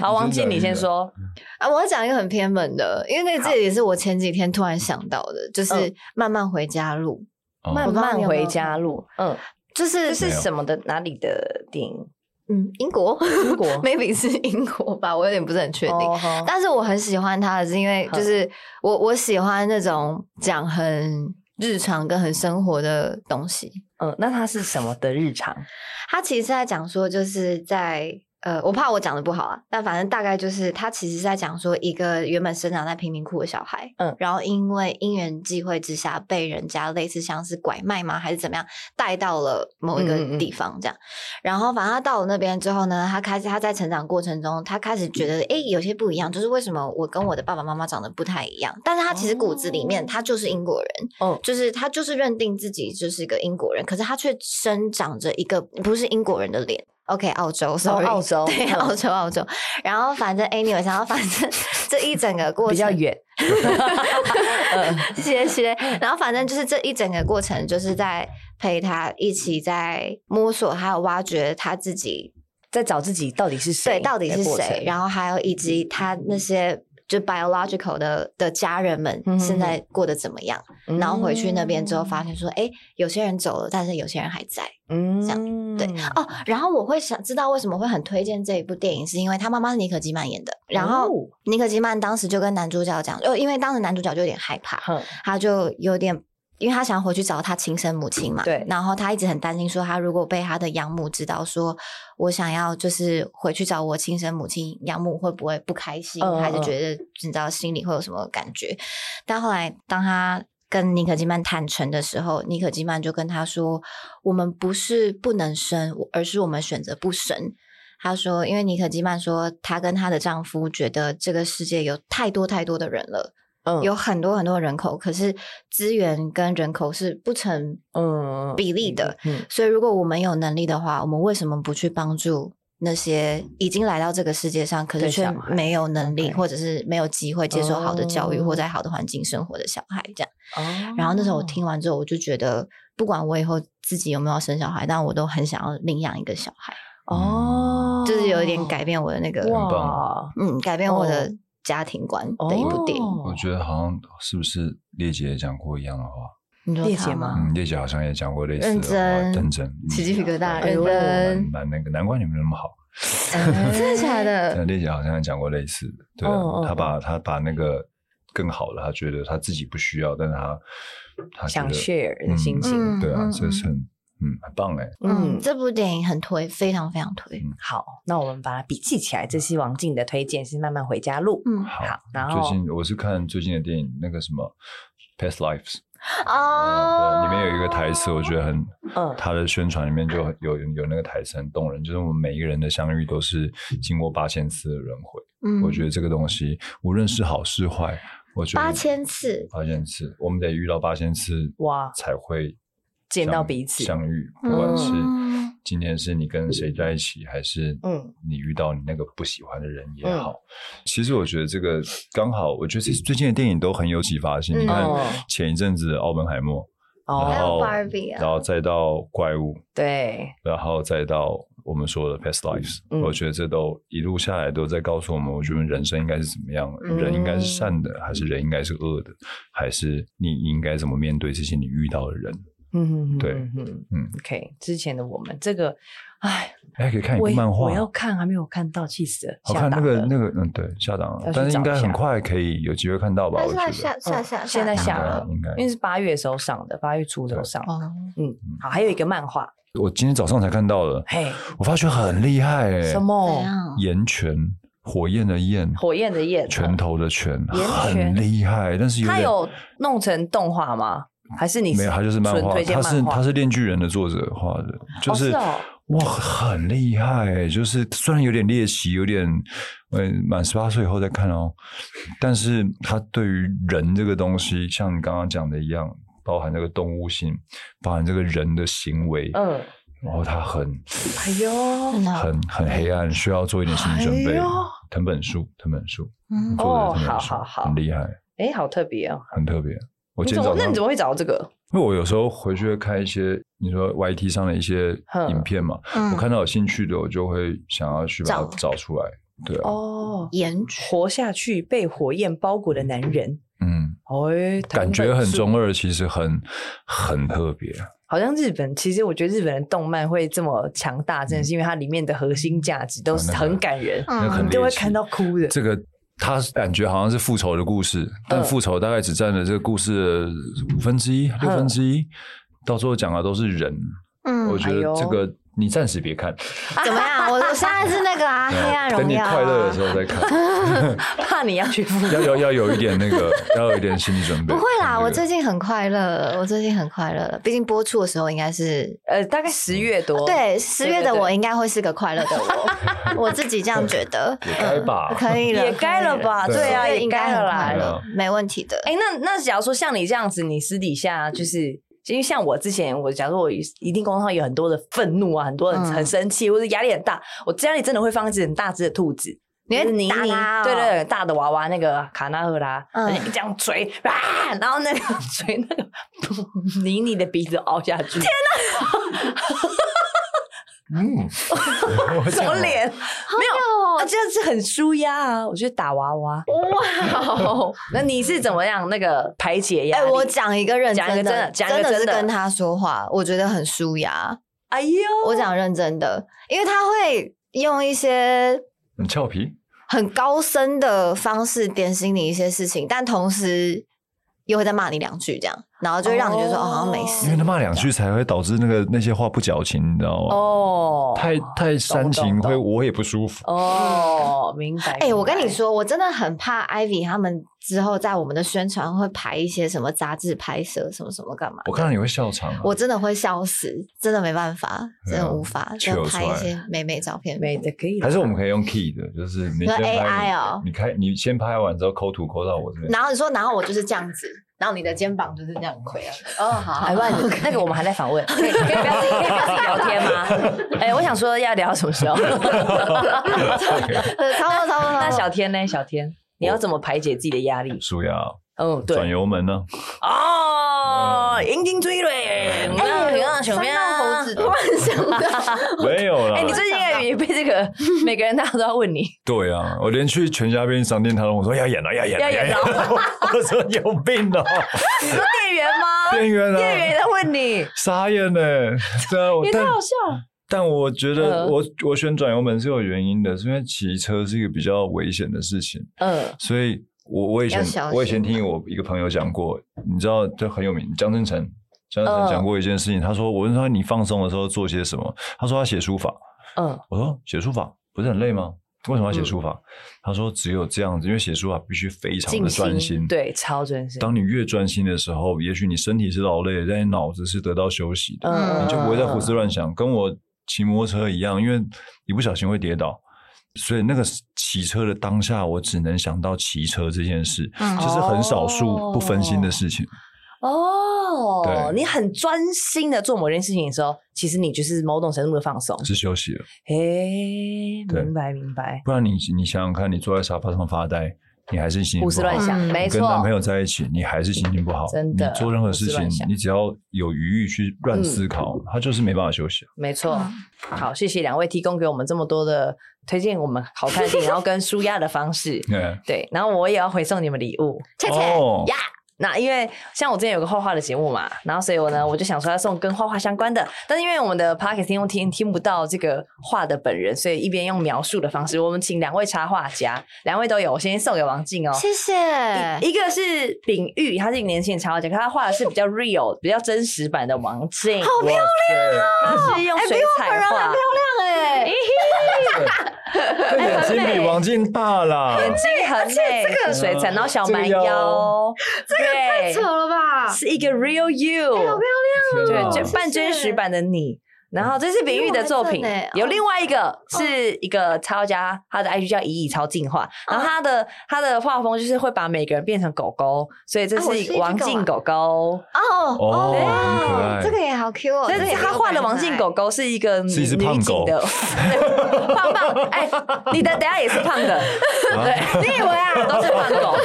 Speaker 2: 好，王静，你先说。
Speaker 3: 啊，我要讲一个很偏门的，因为那这也是我前几天突然想到的，就是
Speaker 2: 嗯
Speaker 3: 《慢慢回家路
Speaker 4: 哦
Speaker 2: 慢
Speaker 3: 我不知道
Speaker 2: 慢
Speaker 3: 你有没有
Speaker 2: 回家路，嗯，》，
Speaker 3: 就是
Speaker 2: 这是
Speaker 4: 没有
Speaker 2: 什么的？哪里的电影？
Speaker 3: 嗯，英国
Speaker 2: 英国
Speaker 3: ，maybe 是英国吧，我有点不是很确定。
Speaker 2: 哦吼
Speaker 3: 但是我很喜欢他的是因为
Speaker 2: 嗯
Speaker 3: 就是我我喜欢那种讲很日常跟很生活的东西。
Speaker 2: 嗯，那它是什么的日常？
Speaker 3: 他其实是在讲说，就是在呃，我怕我讲的不好啊，但反正大概就是他其实是在讲说，一个原本生长在贫民窟的小孩，
Speaker 2: 嗯
Speaker 3: 然后因为因缘际会之下，被人家类似像是拐卖吗，还是怎么样，带到了某一
Speaker 2: 嗯嗯
Speaker 3: 个
Speaker 2: 嗯
Speaker 3: 地方这样。然后反正他到了那边之后呢，他开始他在成长过程中，他开始觉得诶有些不一样，就是为什么我跟我的爸爸妈妈长得不太一样？但是他其实骨子里面、
Speaker 2: 哦
Speaker 3: 他就是英国人，
Speaker 2: 哦，
Speaker 3: 就是他就是认定自己就是一个英国人，可是他却生长着一个不是英国人的脸。OK，澳洲，sorry，、
Speaker 2: 哦澳洲
Speaker 3: 对，
Speaker 2: 嗯
Speaker 3: 澳洲，澳洲。然后反正 anyway，然后反 正这一整个过程
Speaker 2: 比较远。
Speaker 3: 谢谢。然后反正就是这一整个过程，就是在陪他一起在摸索，还有挖掘他自己
Speaker 2: 在找自己到底是谁，
Speaker 3: 对到底是谁，
Speaker 2: 后
Speaker 3: 然后还有以及他那些就 biological 的的家人们
Speaker 2: 嗯哼
Speaker 3: 现在过得怎么样，
Speaker 2: 嗯
Speaker 3: 然后回去那边之后发
Speaker 2: 现，
Speaker 3: 现说，哎、有些人走了，但是有些人还在。
Speaker 2: 嗯
Speaker 3: 这
Speaker 2: 样
Speaker 3: 对哦，然后我会想知道为什么会很推荐这一部电影，是因为他妈妈是尼可基曼演的，然后尼可基曼当时就跟男主角讲，哦，因为当时男主角就有点害怕，他就有点。因为他想回去找他亲生母亲嘛，
Speaker 2: 对
Speaker 3: 然后他一直很担心，说他如果被他的养母知道，说我想要就是回去找我亲生母亲，养母会不会不开心，
Speaker 2: 嗯嗯
Speaker 3: 还是觉得你知道心里会有什么感觉？但后来当他跟尼可基曼坦诚的时候，尼可基曼就跟他说：“我们不是不能生，而是我们选择不生。”他说：“因为尼可基曼说，她跟她的丈夫觉得这个世界有太多太多的人了，
Speaker 2: 嗯
Speaker 3: 有很多很多人口，可是资源跟人口是不成
Speaker 2: 嗯
Speaker 3: 比例的。，
Speaker 2: 嗯
Speaker 3: 所以，如果我们有能力的话，我们为什么不去帮助那些已经来到这个世界上，可是
Speaker 2: 对
Speaker 3: 却
Speaker 2: 小孩
Speaker 3: 没有能力，
Speaker 2: OK
Speaker 3: 或者是没有机会接受好的教育，
Speaker 2: 哦
Speaker 3: 或在好的环境生活的小孩？这样。
Speaker 2: 哦
Speaker 3: 然后那时候我听完之后，我就觉得，不管我以后自己有没有生小孩，但我都很想要领养一个小孩，
Speaker 2: 哦，
Speaker 3: 就是有一点改变我的那个，
Speaker 4: 哇
Speaker 2: 哇
Speaker 3: 嗯，改变我
Speaker 2: 哦
Speaker 3: 的家庭观的一部电影。
Speaker 4: 我觉得好像是不是烈姐也讲过一样的话？
Speaker 3: 你说
Speaker 2: 叶
Speaker 3: 他
Speaker 2: 姐
Speaker 3: 吗
Speaker 2: 吗？
Speaker 4: 嗯，烈姐好像也讲过类似的话，
Speaker 3: 认真
Speaker 4: 认真，嗯
Speaker 3: 起鸡皮疙瘩
Speaker 2: 哎
Speaker 4: 对
Speaker 3: 认真
Speaker 4: 蛮蛮那个，难怪你们那么好。
Speaker 2: 得
Speaker 3: 真的假的？
Speaker 4: 但烈姐好像也讲过类似的，对啊
Speaker 2: 哦哦，
Speaker 4: 她把她把那个更好的，她觉得她自己不需要，但是她她啊觉
Speaker 2: 想
Speaker 4: 得
Speaker 2: share 的心情，
Speaker 3: 嗯
Speaker 4: 对啊，
Speaker 3: 嗯
Speaker 4: 这是很嗯很棒哎，
Speaker 3: 嗯，
Speaker 2: 嗯
Speaker 3: 这部电影很推，非常非常推。
Speaker 2: 好，那我们把它笔记起来。这是王静的推荐，是慢慢回家录。
Speaker 3: 嗯
Speaker 4: 好
Speaker 2: 好，然
Speaker 4: 最
Speaker 2: 后
Speaker 4: 近我是看最近的电影，那个什么《Past Lives》
Speaker 3: 哦
Speaker 4: 嗯对，里面有一个台词，我觉得很，
Speaker 2: 嗯
Speaker 4: 它的宣传里面就很有有有那个台词很动人，就是我们每一个人的相遇都是经过八千次的轮回。
Speaker 3: 嗯
Speaker 4: 我觉得这个东西，无论是好是坏，我觉得
Speaker 3: 八千次
Speaker 4: 八千次，我们得遇到八千次
Speaker 2: 哇
Speaker 4: 才会
Speaker 2: 见
Speaker 4: 相
Speaker 2: 到彼此
Speaker 4: 相遇，不管
Speaker 2: 嗯
Speaker 4: 是今天是你跟谁在一起，还是
Speaker 2: 嗯
Speaker 4: 你遇到你那个不喜欢的人也
Speaker 2: 嗯
Speaker 4: 好。其实我觉得这个刚好，我觉得这最近的电影都很有启发性。
Speaker 3: 嗯
Speaker 4: 你看
Speaker 2: 哦
Speaker 4: 前一阵子的《奥本海默》，然
Speaker 3: 还有
Speaker 4: 后
Speaker 3: Barbie 啊
Speaker 4: 然后再到怪物，
Speaker 2: 对，
Speaker 4: 然后再到我们说的 past lives，、
Speaker 2: 嗯
Speaker 4: 我觉得这都一路下来都在告诉我们，我觉得人生应该是怎么样，
Speaker 3: 嗯
Speaker 4: 人应该是善的，还是人应该是恶的，还是你应该怎么面对这些你遇到的人？
Speaker 2: 嗯，
Speaker 4: 对
Speaker 2: 嗯
Speaker 4: 嗯
Speaker 2: ，OK，之前的我们这个，哎，
Speaker 4: 哎，可以看一
Speaker 2: 我
Speaker 4: 部
Speaker 2: 也
Speaker 4: 漫画
Speaker 2: 我，要看，还没有看到，气死了，
Speaker 4: 好
Speaker 2: 吓
Speaker 4: 看
Speaker 2: 到
Speaker 4: 那个
Speaker 2: 了
Speaker 4: 那个，嗯，对，下档
Speaker 2: 要
Speaker 4: 了
Speaker 2: 去，
Speaker 4: 但是应
Speaker 2: 找
Speaker 4: 该
Speaker 2: 一下
Speaker 4: 很快可以有机会看到吧？
Speaker 3: 但
Speaker 4: 我
Speaker 3: 是
Speaker 4: 觉
Speaker 3: 它
Speaker 4: 得
Speaker 3: 下下下，
Speaker 2: 哦现在下了
Speaker 4: 应该应该
Speaker 2: 因为是八月的时候上的，八月初的时候上的。
Speaker 3: 哦，
Speaker 2: 嗯，好，还有一个漫画，
Speaker 4: 我今天早上才看到了，
Speaker 2: 嘿，
Speaker 4: 我发觉很厉害哎、
Speaker 2: 哎什
Speaker 3: 怎
Speaker 2: 么
Speaker 3: 样？
Speaker 4: 岩泉火焰的焰，
Speaker 2: 火焰的焰，
Speaker 4: 拳头的拳，
Speaker 2: 岩泉
Speaker 4: 很厉害，但是有
Speaker 2: 它
Speaker 4: 点
Speaker 2: 有弄成动画吗？还是你
Speaker 4: 没有，他就是漫
Speaker 2: 纯
Speaker 4: 画，
Speaker 2: 推荐
Speaker 4: 他是
Speaker 2: 漫画
Speaker 4: 他是《炼巨人》的作者画的，就
Speaker 2: 哦
Speaker 4: 是、
Speaker 2: 是哦
Speaker 4: 哇，很厉害欸、就是虽然有点猎奇，有点呃满十八岁以后再看哦，但是他对于人这个东西，像你刚刚讲的一样，包含这个动物性，包含这个人的行为，
Speaker 2: 嗯，
Speaker 4: 然后他很
Speaker 2: 哎呦，
Speaker 3: 真的哦
Speaker 4: 很很黑暗，需要做一点心理准
Speaker 2: 哎
Speaker 4: 备
Speaker 2: 呦。
Speaker 4: 藤本树，藤本树
Speaker 3: 嗯
Speaker 4: 做
Speaker 2: 哦
Speaker 4: 的藤
Speaker 2: 好
Speaker 4: 本树
Speaker 2: 好好
Speaker 4: 很厉害，
Speaker 2: 哎，好特别哦！
Speaker 4: 很特别。我
Speaker 2: 你怎
Speaker 4: 今
Speaker 2: 么
Speaker 4: 天早
Speaker 2: 那
Speaker 4: 上
Speaker 2: 你怎么会找到这个？
Speaker 4: 因为我有时候回去会看一些你说 YT 上的一些
Speaker 2: 哼
Speaker 4: 影片嘛，
Speaker 3: 嗯
Speaker 4: 我看到有兴趣的，我就会想要去把它
Speaker 3: 找
Speaker 4: 找出来。对啊，
Speaker 2: 哦，
Speaker 3: 颜值
Speaker 2: 活下去被火焰包裹的男人，
Speaker 4: 嗯，
Speaker 2: 哎，
Speaker 4: 感觉很
Speaker 2: 重。
Speaker 4: 中二，其实很很特别。
Speaker 2: 好像日本，其实我觉得日本的动漫会这么强大，真的是因为它里面的核心价值都是
Speaker 4: 嗯啊那个
Speaker 2: 很感人，
Speaker 3: 嗯
Speaker 4: 那很
Speaker 2: 你都会
Speaker 4: 猎奇
Speaker 2: 看到哭的。
Speaker 4: 这个。他感觉好像是复仇的故事，但
Speaker 2: 嗯
Speaker 4: 复仇大概只占了这个故事的五分之一、六分之一，到最后讲的都是人。
Speaker 3: 嗯
Speaker 4: 我，觉
Speaker 2: 哎
Speaker 4: 得
Speaker 2: 呦
Speaker 4: 这个你暂时别看，
Speaker 3: 怎么样？我我现在是那个啊，黑暗
Speaker 4: 等
Speaker 3: 荣
Speaker 4: 你
Speaker 3: 耀啊。
Speaker 4: 快乐的时候再看，
Speaker 2: 怕你要去复
Speaker 4: 要有要有一点那 个，要有一点心理准备。
Speaker 3: 不会啦，
Speaker 4: 对
Speaker 3: 我最近很快乐，我最近很快乐。毕竟播出的时候应该是
Speaker 2: 呃，大概十月多，
Speaker 3: 啊对十月
Speaker 2: 对
Speaker 3: 的
Speaker 2: 对
Speaker 3: 我，应该会是个快乐的 我，我自己这样觉得。
Speaker 4: 也该吧
Speaker 3: 嗯可以了，
Speaker 2: 也该了吧？
Speaker 4: 啊对
Speaker 2: 对啊，
Speaker 3: 十月
Speaker 2: 也
Speaker 3: 应
Speaker 2: 该
Speaker 3: 该
Speaker 2: 了
Speaker 3: 很
Speaker 2: 啦
Speaker 3: 快。
Speaker 4: 对啊
Speaker 3: 乐，没问题的。
Speaker 2: 哎，那那假如说像你这样子，你私底下就是。因为像我之前，我假如我一定工作上有很多的愤怒啊，很多人
Speaker 3: 嗯
Speaker 2: 很生气，或者压力很大，我家里真的会放一只很大只的兔子，
Speaker 3: 你会
Speaker 2: 就是泥
Speaker 3: 打
Speaker 2: 泞
Speaker 3: 它哦
Speaker 2: 对对，大的娃娃那个卡纳赫拉，
Speaker 3: 嗯
Speaker 2: 一这样捶啊，然后 那个捶那个泥泞的鼻子凹下去，天
Speaker 4: 嗯，
Speaker 2: 什么脸？没有，
Speaker 3: 哦
Speaker 2: 啊，，这样是很舒压啊！我觉得打娃娃。
Speaker 3: 哇！哦
Speaker 2: 那你是怎么样那个排解压
Speaker 3: 哎，
Speaker 2: 力？
Speaker 3: 我讲一个认
Speaker 2: 讲一个
Speaker 3: 真
Speaker 2: 真
Speaker 3: 的
Speaker 2: 的，讲一个
Speaker 3: 真
Speaker 2: 真
Speaker 3: 是
Speaker 2: 的
Speaker 3: 跟他说话，我觉得很舒压。
Speaker 2: 哎呦，
Speaker 3: 我讲认真的，因为他会用一些
Speaker 4: 很俏皮，
Speaker 3: 很高深的方式点醒你一些事情，但同时又会再骂你两句，这样，然后就会让你觉得说
Speaker 2: 哦
Speaker 3: 哦，好像没事
Speaker 4: 因为。他骂两句才会导致那个那些话不矫情，你知道吗？
Speaker 2: 哦，
Speaker 4: 太太煽情
Speaker 2: 懂
Speaker 4: 会我也不舒服。
Speaker 2: 哦，明白。
Speaker 3: 哎、我跟
Speaker 2: 明
Speaker 3: 你
Speaker 2: 白，
Speaker 3: 说，我真的很怕 Ivy 他们之后在我们的宣传会排一些什么杂志拍摄什么什么干嘛。
Speaker 4: 我看到你会笑场啊，
Speaker 3: 我真的会笑死，真的没办法，真
Speaker 4: 对
Speaker 3: 的
Speaker 4: 啊
Speaker 3: 无法，
Speaker 4: 糗
Speaker 3: 就拍一
Speaker 4: 出来
Speaker 3: 些美美照片。
Speaker 2: 美的可以啦，
Speaker 4: 还是我们可以用 key 的，就是你
Speaker 3: 说
Speaker 4: 先拍
Speaker 3: AI
Speaker 4: 你
Speaker 3: 哦
Speaker 4: 你开你先拍完之后抠图抠到我这 边，
Speaker 3: 然后你说，然后我就是这样子，然后你的肩膀就是这样 亏啊。哦，好好
Speaker 2: 哎，不然那个我们还在访问， 可以可以不要自己可以不要自己聊天吗？ 哎，我想说要聊什么 时候？
Speaker 3: 呃差不多，差不多，
Speaker 2: 那
Speaker 3: 差不多。
Speaker 2: 小天呢？小天，你要怎么排解自己的压力？
Speaker 4: 舒压
Speaker 2: 嗯，对
Speaker 4: 转，油门呢？
Speaker 2: 哦，引颈追人，
Speaker 3: 哎
Speaker 2: 哎，
Speaker 3: 呦
Speaker 2: 有那什么
Speaker 3: 山道猴
Speaker 2: 呀
Speaker 3: 子？突然 想到，
Speaker 4: 没有啦
Speaker 2: 哎，，你最近也也被这个，每个人大家都要问 你，
Speaker 4: 对啊，我连去全家便利商店，他都跟我说要演了，要演了，
Speaker 2: 要演了
Speaker 4: 我我说有 病哦，
Speaker 2: 你说店员吗？
Speaker 4: 店员
Speaker 2: 店员也
Speaker 4: 啊，
Speaker 2: 在问你，
Speaker 4: 傻眼呢， 对啊，我
Speaker 2: 也太
Speaker 4: 但
Speaker 2: 好笑了。
Speaker 4: 但我觉
Speaker 2: 嗯
Speaker 4: 得我我选转油门是有原因的，是因为骑车是一个比较危险的事情，
Speaker 2: 嗯，
Speaker 4: 所以我我以
Speaker 3: 要小
Speaker 4: 前
Speaker 3: 心
Speaker 4: 我以前听我一个朋友讲过，你知道就很有名，江正成，江正成
Speaker 2: 嗯
Speaker 4: 讲过一件事情，他说我问他你放松的时候做些什么，他说他写书法，
Speaker 2: 嗯，
Speaker 4: 我说写书法不是很累吗？为什么要写书法？他说只有这样子，因为写书法必须非常
Speaker 2: 静
Speaker 4: 的专心，。
Speaker 2: 对，超专心。
Speaker 4: 当你越专心的时候，也许你身体是劳累的，但你脑子是得到休息的。
Speaker 2: 嗯，
Speaker 4: 你就不会再胡思
Speaker 2: 嗯。
Speaker 4: 乱想。跟我骑摩托车一样，因为一不小心会跌倒，所以那个骑车的当下，我只能想到骑车这件事，
Speaker 3: 嗯
Speaker 4: 其实很少数
Speaker 2: 哦
Speaker 4: 不分心的事情。
Speaker 2: 哦，
Speaker 4: 对
Speaker 2: 你很专心的做某件事情的时候，其实你就是某种程度的放松。
Speaker 4: 是休息了，
Speaker 2: 哎，
Speaker 4: 对
Speaker 2: 明白明白，
Speaker 4: 不然你你想想看，你坐在沙发上发呆，你还是心情
Speaker 2: 胡
Speaker 4: 不
Speaker 2: 思
Speaker 4: 好。
Speaker 2: 乱想，
Speaker 3: 嗯
Speaker 2: 没
Speaker 4: 你
Speaker 2: 错
Speaker 4: 跟。男朋友在一起，你还是心情不好。
Speaker 2: 真的
Speaker 4: 你做任何事
Speaker 2: 胡思
Speaker 4: 情
Speaker 2: 乱，想嗯
Speaker 4: 你只要有余裕去乱思考，他就是没办法休息。。
Speaker 2: 没错，
Speaker 3: 嗯
Speaker 2: 好，谢谢两位提供给我们这么多的推荐，我们好看的电影，然后跟舒压的方式
Speaker 4: 对，
Speaker 2: 对，然后我也要回送你们礼物。
Speaker 3: 切切，
Speaker 4: 哦，
Speaker 2: 那因为像我之前有个画画的节目嘛，然后所以我呢我就想说要送跟画画相关的，但是因为我们的 p o c k e t 听众听听不到这个画的本人，所以一边用描述的方式，我们请两位插画家，两位都有，我先送给王静哦。
Speaker 3: 谢谢
Speaker 2: 一。一个是秉玉，他是一个年轻的插画家，可他画的是比较 real、比较真实版的王静，好漂
Speaker 3: 哦
Speaker 2: 亮、他是用水彩画，
Speaker 3: 哎，
Speaker 4: 这眼睛比王静大啦，
Speaker 2: 眼
Speaker 3: 哎
Speaker 2: 睛哎很美，是水彩，然后小蛮腰，对，
Speaker 3: 丑哎了哎吧？
Speaker 2: 是一个 real you，
Speaker 4: 天
Speaker 2: 对，
Speaker 4: 哪
Speaker 2: 啊就半真实版的你。然后这是比喻的作品
Speaker 3: 哦因为我还正欸，
Speaker 2: 有另外一个是一个插画家，他的 IG 叫以以超进化，然
Speaker 3: 哦
Speaker 2: 后他的他的画风就是会把每个人变成狗狗，所以这
Speaker 3: 啊我是一只
Speaker 2: 是王静
Speaker 3: 狗
Speaker 2: 狗狗。
Speaker 3: 哦
Speaker 4: 哦很可爱
Speaker 3: 这个也好 Q 哦。
Speaker 2: 但是
Speaker 3: 这个
Speaker 2: 他画的王静 狗狗是一个女
Speaker 4: 是一只
Speaker 2: 女
Speaker 4: 胖
Speaker 2: 警
Speaker 4: 狗
Speaker 2: 的，对胖胖哎，你的等下也是胖的，
Speaker 4: 啊
Speaker 2: 对，你以为啊都是胖狗，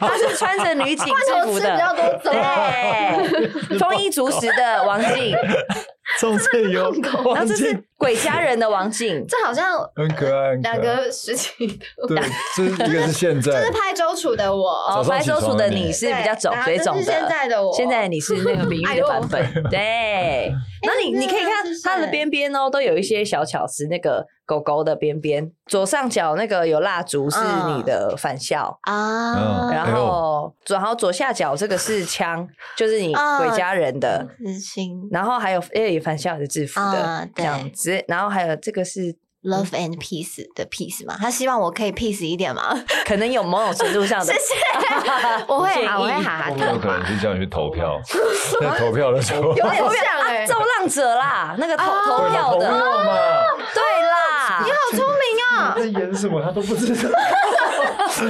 Speaker 2: 他是穿着 女警制服
Speaker 3: 换头吃比较
Speaker 2: 的，
Speaker 3: 多种。
Speaker 2: 对，丰衣足食的王静，
Speaker 4: 上次有
Speaker 2: 然后
Speaker 4: 王
Speaker 2: 这
Speaker 4: 静
Speaker 2: 是，鬼家人的王静，
Speaker 3: 这好像
Speaker 4: 很可爱，很可爱
Speaker 3: 两个时期的，
Speaker 4: 对，这是一个是现
Speaker 3: 这
Speaker 4: 在
Speaker 3: 是，拍周楚的我，
Speaker 2: 哦，
Speaker 4: 早上
Speaker 2: 白
Speaker 4: 起
Speaker 2: 手鼠
Speaker 4: 床
Speaker 2: 的
Speaker 4: 的
Speaker 2: 你
Speaker 4: 你
Speaker 2: 是比较肿
Speaker 3: 对
Speaker 2: 水
Speaker 3: 然
Speaker 2: 肿
Speaker 3: 后
Speaker 2: 的，
Speaker 3: 这是现在的我
Speaker 2: 现在你是那 个比喻
Speaker 3: 哎
Speaker 2: 的
Speaker 3: 呦哎
Speaker 2: 版 本，对。那你你可以看
Speaker 3: 真的是
Speaker 2: 它的边边哦，都有一些小巧思，那个狗狗的边边，左上角那个有蜡烛是
Speaker 3: 嗯
Speaker 2: 你的返校。
Speaker 3: 啊
Speaker 4: 嗯
Speaker 2: 然
Speaker 4: 哎呦
Speaker 2: 后，然后左下角这个是枪，就是你
Speaker 3: 嗯
Speaker 2: 鬼家人的，
Speaker 3: 子欣
Speaker 2: 然后还有诶返校的制服的
Speaker 3: 嗯
Speaker 2: 这
Speaker 3: 对
Speaker 2: 样子，然后还有这个是
Speaker 3: Love and Peace 的 Peace 嘛，他希望我可以 Peace 一点嘛。
Speaker 2: 可能有某种程度上的
Speaker 3: 谢，谢，我会
Speaker 2: 建
Speaker 3: 哈，
Speaker 2: 议
Speaker 3: 我会哈哈
Speaker 4: 我
Speaker 3: 的
Speaker 4: 们有可能是叫你去投票，在投票的时候，
Speaker 3: 有点像哎、
Speaker 2: 造浪者啦，那个投
Speaker 3: 啊
Speaker 2: 投票
Speaker 4: 对
Speaker 2: 的，
Speaker 4: 嘛，
Speaker 2: 对啦，
Speaker 3: 你好聪明啊！
Speaker 4: 在演什么他都不知道。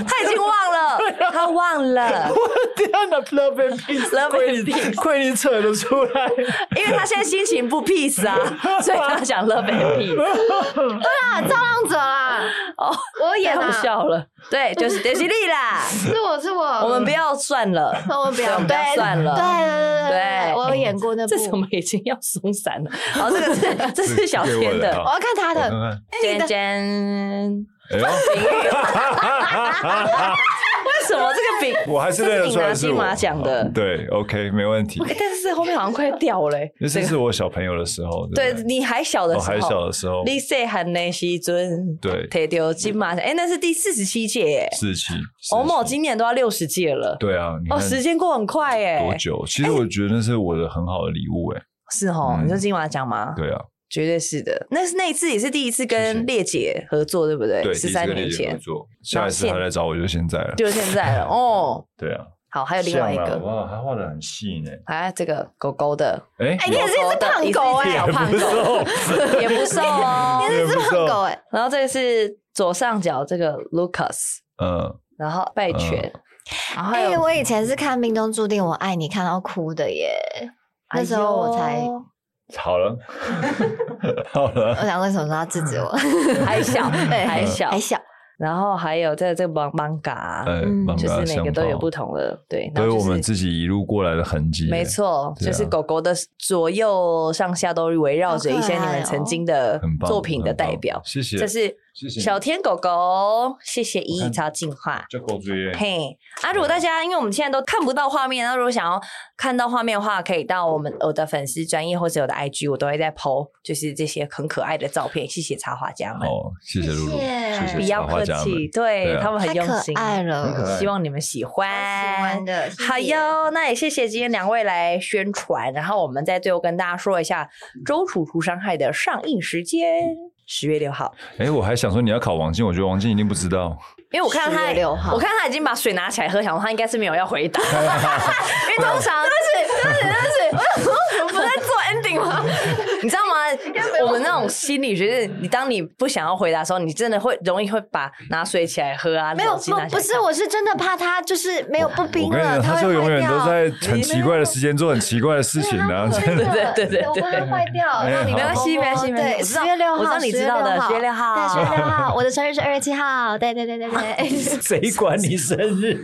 Speaker 2: 他已经忘了，他忘 了，
Speaker 5: 天哪，Love and
Speaker 2: Love
Speaker 5: Peace，
Speaker 2: and
Speaker 5: 亏你
Speaker 2: Peace
Speaker 5: 亏你扯得出来，。
Speaker 2: 因为他现在心情不 peace 啊，所以他想 love and peace。
Speaker 3: 啊，造浪者啦，
Speaker 2: 哦，
Speaker 3: 我演
Speaker 2: 太
Speaker 3: 啊
Speaker 2: 好，笑了，对，就是德西利 啦，
Speaker 3: 是我是我，
Speaker 2: 我们不要算了，
Speaker 3: 我们不
Speaker 2: 对我
Speaker 3: 要
Speaker 2: 们不要
Speaker 3: 对
Speaker 2: 算了
Speaker 3: 对
Speaker 2: 对
Speaker 3: 对对对，我有演过那部
Speaker 2: 这，怎么已经要松散 了？好，这个是这是小
Speaker 4: 这给我
Speaker 2: 天
Speaker 4: 的
Speaker 2: 的
Speaker 4: 好
Speaker 3: 我要看他
Speaker 4: 我
Speaker 3: 的
Speaker 4: 看，
Speaker 2: 尖
Speaker 4: 看，
Speaker 2: 尖，
Speaker 4: 哎呦，
Speaker 2: 为什么这个饼？
Speaker 4: 我还是认得出来
Speaker 2: 这
Speaker 4: 是
Speaker 2: 是你拿金
Speaker 4: 我啊
Speaker 2: 马奖的，
Speaker 4: 对，OK，没问 题。
Speaker 2: 哎但是后面好像快掉了欸。
Speaker 4: 那 这是我小朋友的时候，
Speaker 2: 对
Speaker 4: 不
Speaker 2: 你还小的
Speaker 4: 我
Speaker 2: 时候，
Speaker 4: 还小的时候，
Speaker 2: 你细汉的时阵，
Speaker 4: 对
Speaker 2: 摕到金马奖，哎、那是第四十七届耶，
Speaker 4: 四期，
Speaker 2: 欧某
Speaker 4: 某
Speaker 2: 今哦年都要六十届了，
Speaker 4: 对啊，你看
Speaker 2: 哦，时间过很快耶，
Speaker 4: 多久？其
Speaker 2: 哎
Speaker 4: 实我觉得那是我的很好的礼物，哎，
Speaker 2: 是哦，
Speaker 4: 嗯
Speaker 2: 你说金马奖吗？
Speaker 4: 对啊，
Speaker 2: 绝对是的。那是那一次也是第一次
Speaker 4: 谢谢
Speaker 2: 跟烈姐合作，对不对？
Speaker 4: 对，
Speaker 2: 十三
Speaker 4: 第
Speaker 2: 年
Speaker 4: 一次跟你合
Speaker 2: 前，
Speaker 4: 作，下一次
Speaker 2: 然
Speaker 4: 他
Speaker 2: 后现
Speaker 4: 来找我就现在了，
Speaker 2: 就是现 在了。哦，
Speaker 4: 对啊，
Speaker 2: 好，还有另外一
Speaker 4: 像啊
Speaker 2: 个，
Speaker 4: 哇，他画的很细呢，
Speaker 2: 哎，这个狗狗的，
Speaker 4: 哎，
Speaker 3: 哎，你也是一只胖狗
Speaker 2: 也是一只
Speaker 3: 哎
Speaker 2: 小，胖 哦狗，也不瘦哦
Speaker 3: 你。也是一只胖狗哎，
Speaker 2: 然后这个是左上角这个 Lucas，
Speaker 4: 嗯，
Speaker 2: 然后拜犬，然后还
Speaker 3: 哎，
Speaker 2: 有
Speaker 3: 我以前是看《命中注定我爱你》看到哭的耶，那时候我才
Speaker 2: 哎呦
Speaker 4: 好了，好
Speaker 3: 我
Speaker 4: 了，
Speaker 3: 想为什么说要制止 我？
Speaker 2: 还小，哎
Speaker 3: 对
Speaker 2: 还小
Speaker 4: 嗯
Speaker 3: 还，小，
Speaker 2: 然后还有这这个 manga，
Speaker 4: 哎，
Speaker 3: 嗯
Speaker 4: 慢
Speaker 2: 就
Speaker 4: 慢
Speaker 2: 是每个都有
Speaker 4: 相
Speaker 2: 不
Speaker 4: 报
Speaker 2: 同的，对，然
Speaker 4: 都
Speaker 2: 后
Speaker 4: 有
Speaker 2: 就
Speaker 4: 我
Speaker 2: 是
Speaker 4: 们自己一路过来的痕迹，
Speaker 2: 没，错，
Speaker 4: 对啊
Speaker 2: 就是狗狗的左右上下都围绕着一些你
Speaker 3: 好可爱
Speaker 2: 们
Speaker 3: 哦
Speaker 2: 曾经的
Speaker 4: 很棒，
Speaker 2: 作品的
Speaker 4: 很棒
Speaker 2: 代表。
Speaker 4: 谢谢，
Speaker 2: 这是
Speaker 4: 谢谢
Speaker 2: 小天狗狗，谢谢一
Speaker 4: 我
Speaker 2: 一
Speaker 4: 看
Speaker 2: 超进化。
Speaker 4: 这狗嘴耶，
Speaker 2: 嘿，啊！如果大家因为我们现在都看不到画面，那如果想要看到画面的话，可以到我们我的粉丝专业或者我的 IG，我都会在 PO，就是这些很可爱的照片。谢谢插画家们，
Speaker 4: 好，谢谢露露，
Speaker 3: 谢谢
Speaker 4: 哦谢谢
Speaker 2: 不要
Speaker 4: 插画
Speaker 2: 客
Speaker 4: 家们
Speaker 2: 气，对
Speaker 4: 对啊
Speaker 2: 他们
Speaker 3: 太
Speaker 2: 很用
Speaker 3: 可
Speaker 2: 心，
Speaker 3: 爱
Speaker 4: 很可
Speaker 3: 了，
Speaker 4: 爱
Speaker 2: 希望你们喜欢。
Speaker 3: 喜欢的，谢谢
Speaker 2: 好哟，那也谢谢今天两位来宣传，然后我们在最后跟大家说一下《周楚除伤害》的上映时间，十月六号。
Speaker 4: 哎、我还想说你要考王静，我觉得王静一定不知道。
Speaker 2: 因为我看到他
Speaker 3: 10月6号
Speaker 2: 我看他已经把水拿起来喝，想说他应该是没有要回 答，因为通常但是但是但是，我不在做 ending 吗？你知道吗？我们那种心理学是，你当你不想要回答的时候，你真的会容易会把拿水起来喝啊，
Speaker 3: 没有
Speaker 2: 手机拿
Speaker 3: 不
Speaker 2: 起来
Speaker 3: 不是，
Speaker 2: 看
Speaker 3: 我是真的怕它就是没有不
Speaker 4: 我
Speaker 3: 冰
Speaker 4: 跟你
Speaker 3: 了，
Speaker 4: 讲，
Speaker 3: 它
Speaker 4: 他
Speaker 3: 会
Speaker 4: 就
Speaker 3: 坏
Speaker 4: 永远都
Speaker 3: 掉
Speaker 4: 在很奇怪的时间做很奇怪的事情啊。
Speaker 3: 真的
Speaker 2: 对对对对
Speaker 3: 我怕它坏掉，
Speaker 4: 哎
Speaker 3: 让你
Speaker 4: 没关
Speaker 2: 系没关系没关系
Speaker 3: 对，
Speaker 2: 我知道
Speaker 3: 十月六号，
Speaker 2: 我知道你知道的
Speaker 3: 10
Speaker 2: 10号
Speaker 3: 对，十月六号，我的生日是二月七号，对对对 对对
Speaker 5: 谁管你生日？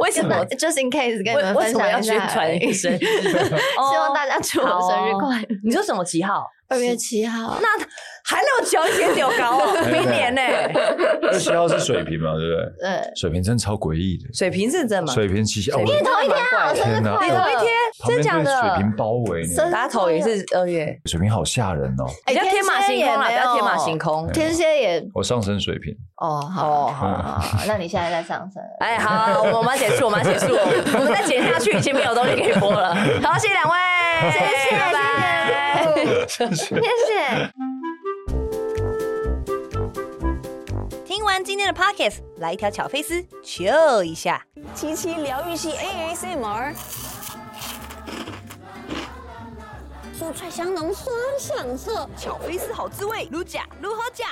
Speaker 2: 为什么？
Speaker 3: Just in case 跟你
Speaker 2: 为
Speaker 3: 们
Speaker 2: 为
Speaker 3: 分
Speaker 2: 什么
Speaker 3: 享
Speaker 2: 要
Speaker 3: 一
Speaker 2: 宣
Speaker 3: 下而
Speaker 2: 传
Speaker 3: 已，
Speaker 2: 医生？希
Speaker 3: 希望大家祝我生日快乐。
Speaker 2: 你说什么几号？
Speaker 3: 二月七号，
Speaker 2: 那还有九点九高哦，
Speaker 4: 对
Speaker 2: 明年呢、
Speaker 4: 二七号是水瓶嘛，对不对？
Speaker 3: 呃，
Speaker 4: 水瓶真的超诡异的，
Speaker 2: 水瓶是真吗？
Speaker 4: 水瓶七夕，哦我
Speaker 2: 同一天啊
Speaker 4: 天哪！
Speaker 2: 你同一天，
Speaker 4: 旁
Speaker 2: 真
Speaker 4: 边
Speaker 2: 假
Speaker 4: 被水
Speaker 2: 的
Speaker 4: 瓶？包围呢，
Speaker 3: 真
Speaker 2: 打头也是二月，
Speaker 4: 水瓶好吓人哦。
Speaker 2: 比较
Speaker 3: 哎
Speaker 2: 天马行空啦，
Speaker 3: 天
Speaker 2: 比
Speaker 3: 蝎也没有
Speaker 2: 较天马行空。
Speaker 3: 天蝎也
Speaker 4: 我上升水瓶，
Speaker 3: 哦，好，
Speaker 2: 哦，
Speaker 4: 嗯
Speaker 2: 好。
Speaker 3: 好好那你现在在上升了，
Speaker 2: 哎，好，我们要结束，我们要结束，我们再剪下去已经没有东西可以播了。好，谢谢两位，谢
Speaker 3: 谢谢
Speaker 2: 拜拜。
Speaker 3: 天蝎。
Speaker 1: 听完今天的 Podcast，来一条巧菲斯 chill 一下。
Speaker 6: 七七疗愈系 ASMR，说菜香浓酸相色。
Speaker 1: 巧菲斯好滋味，如假如何假？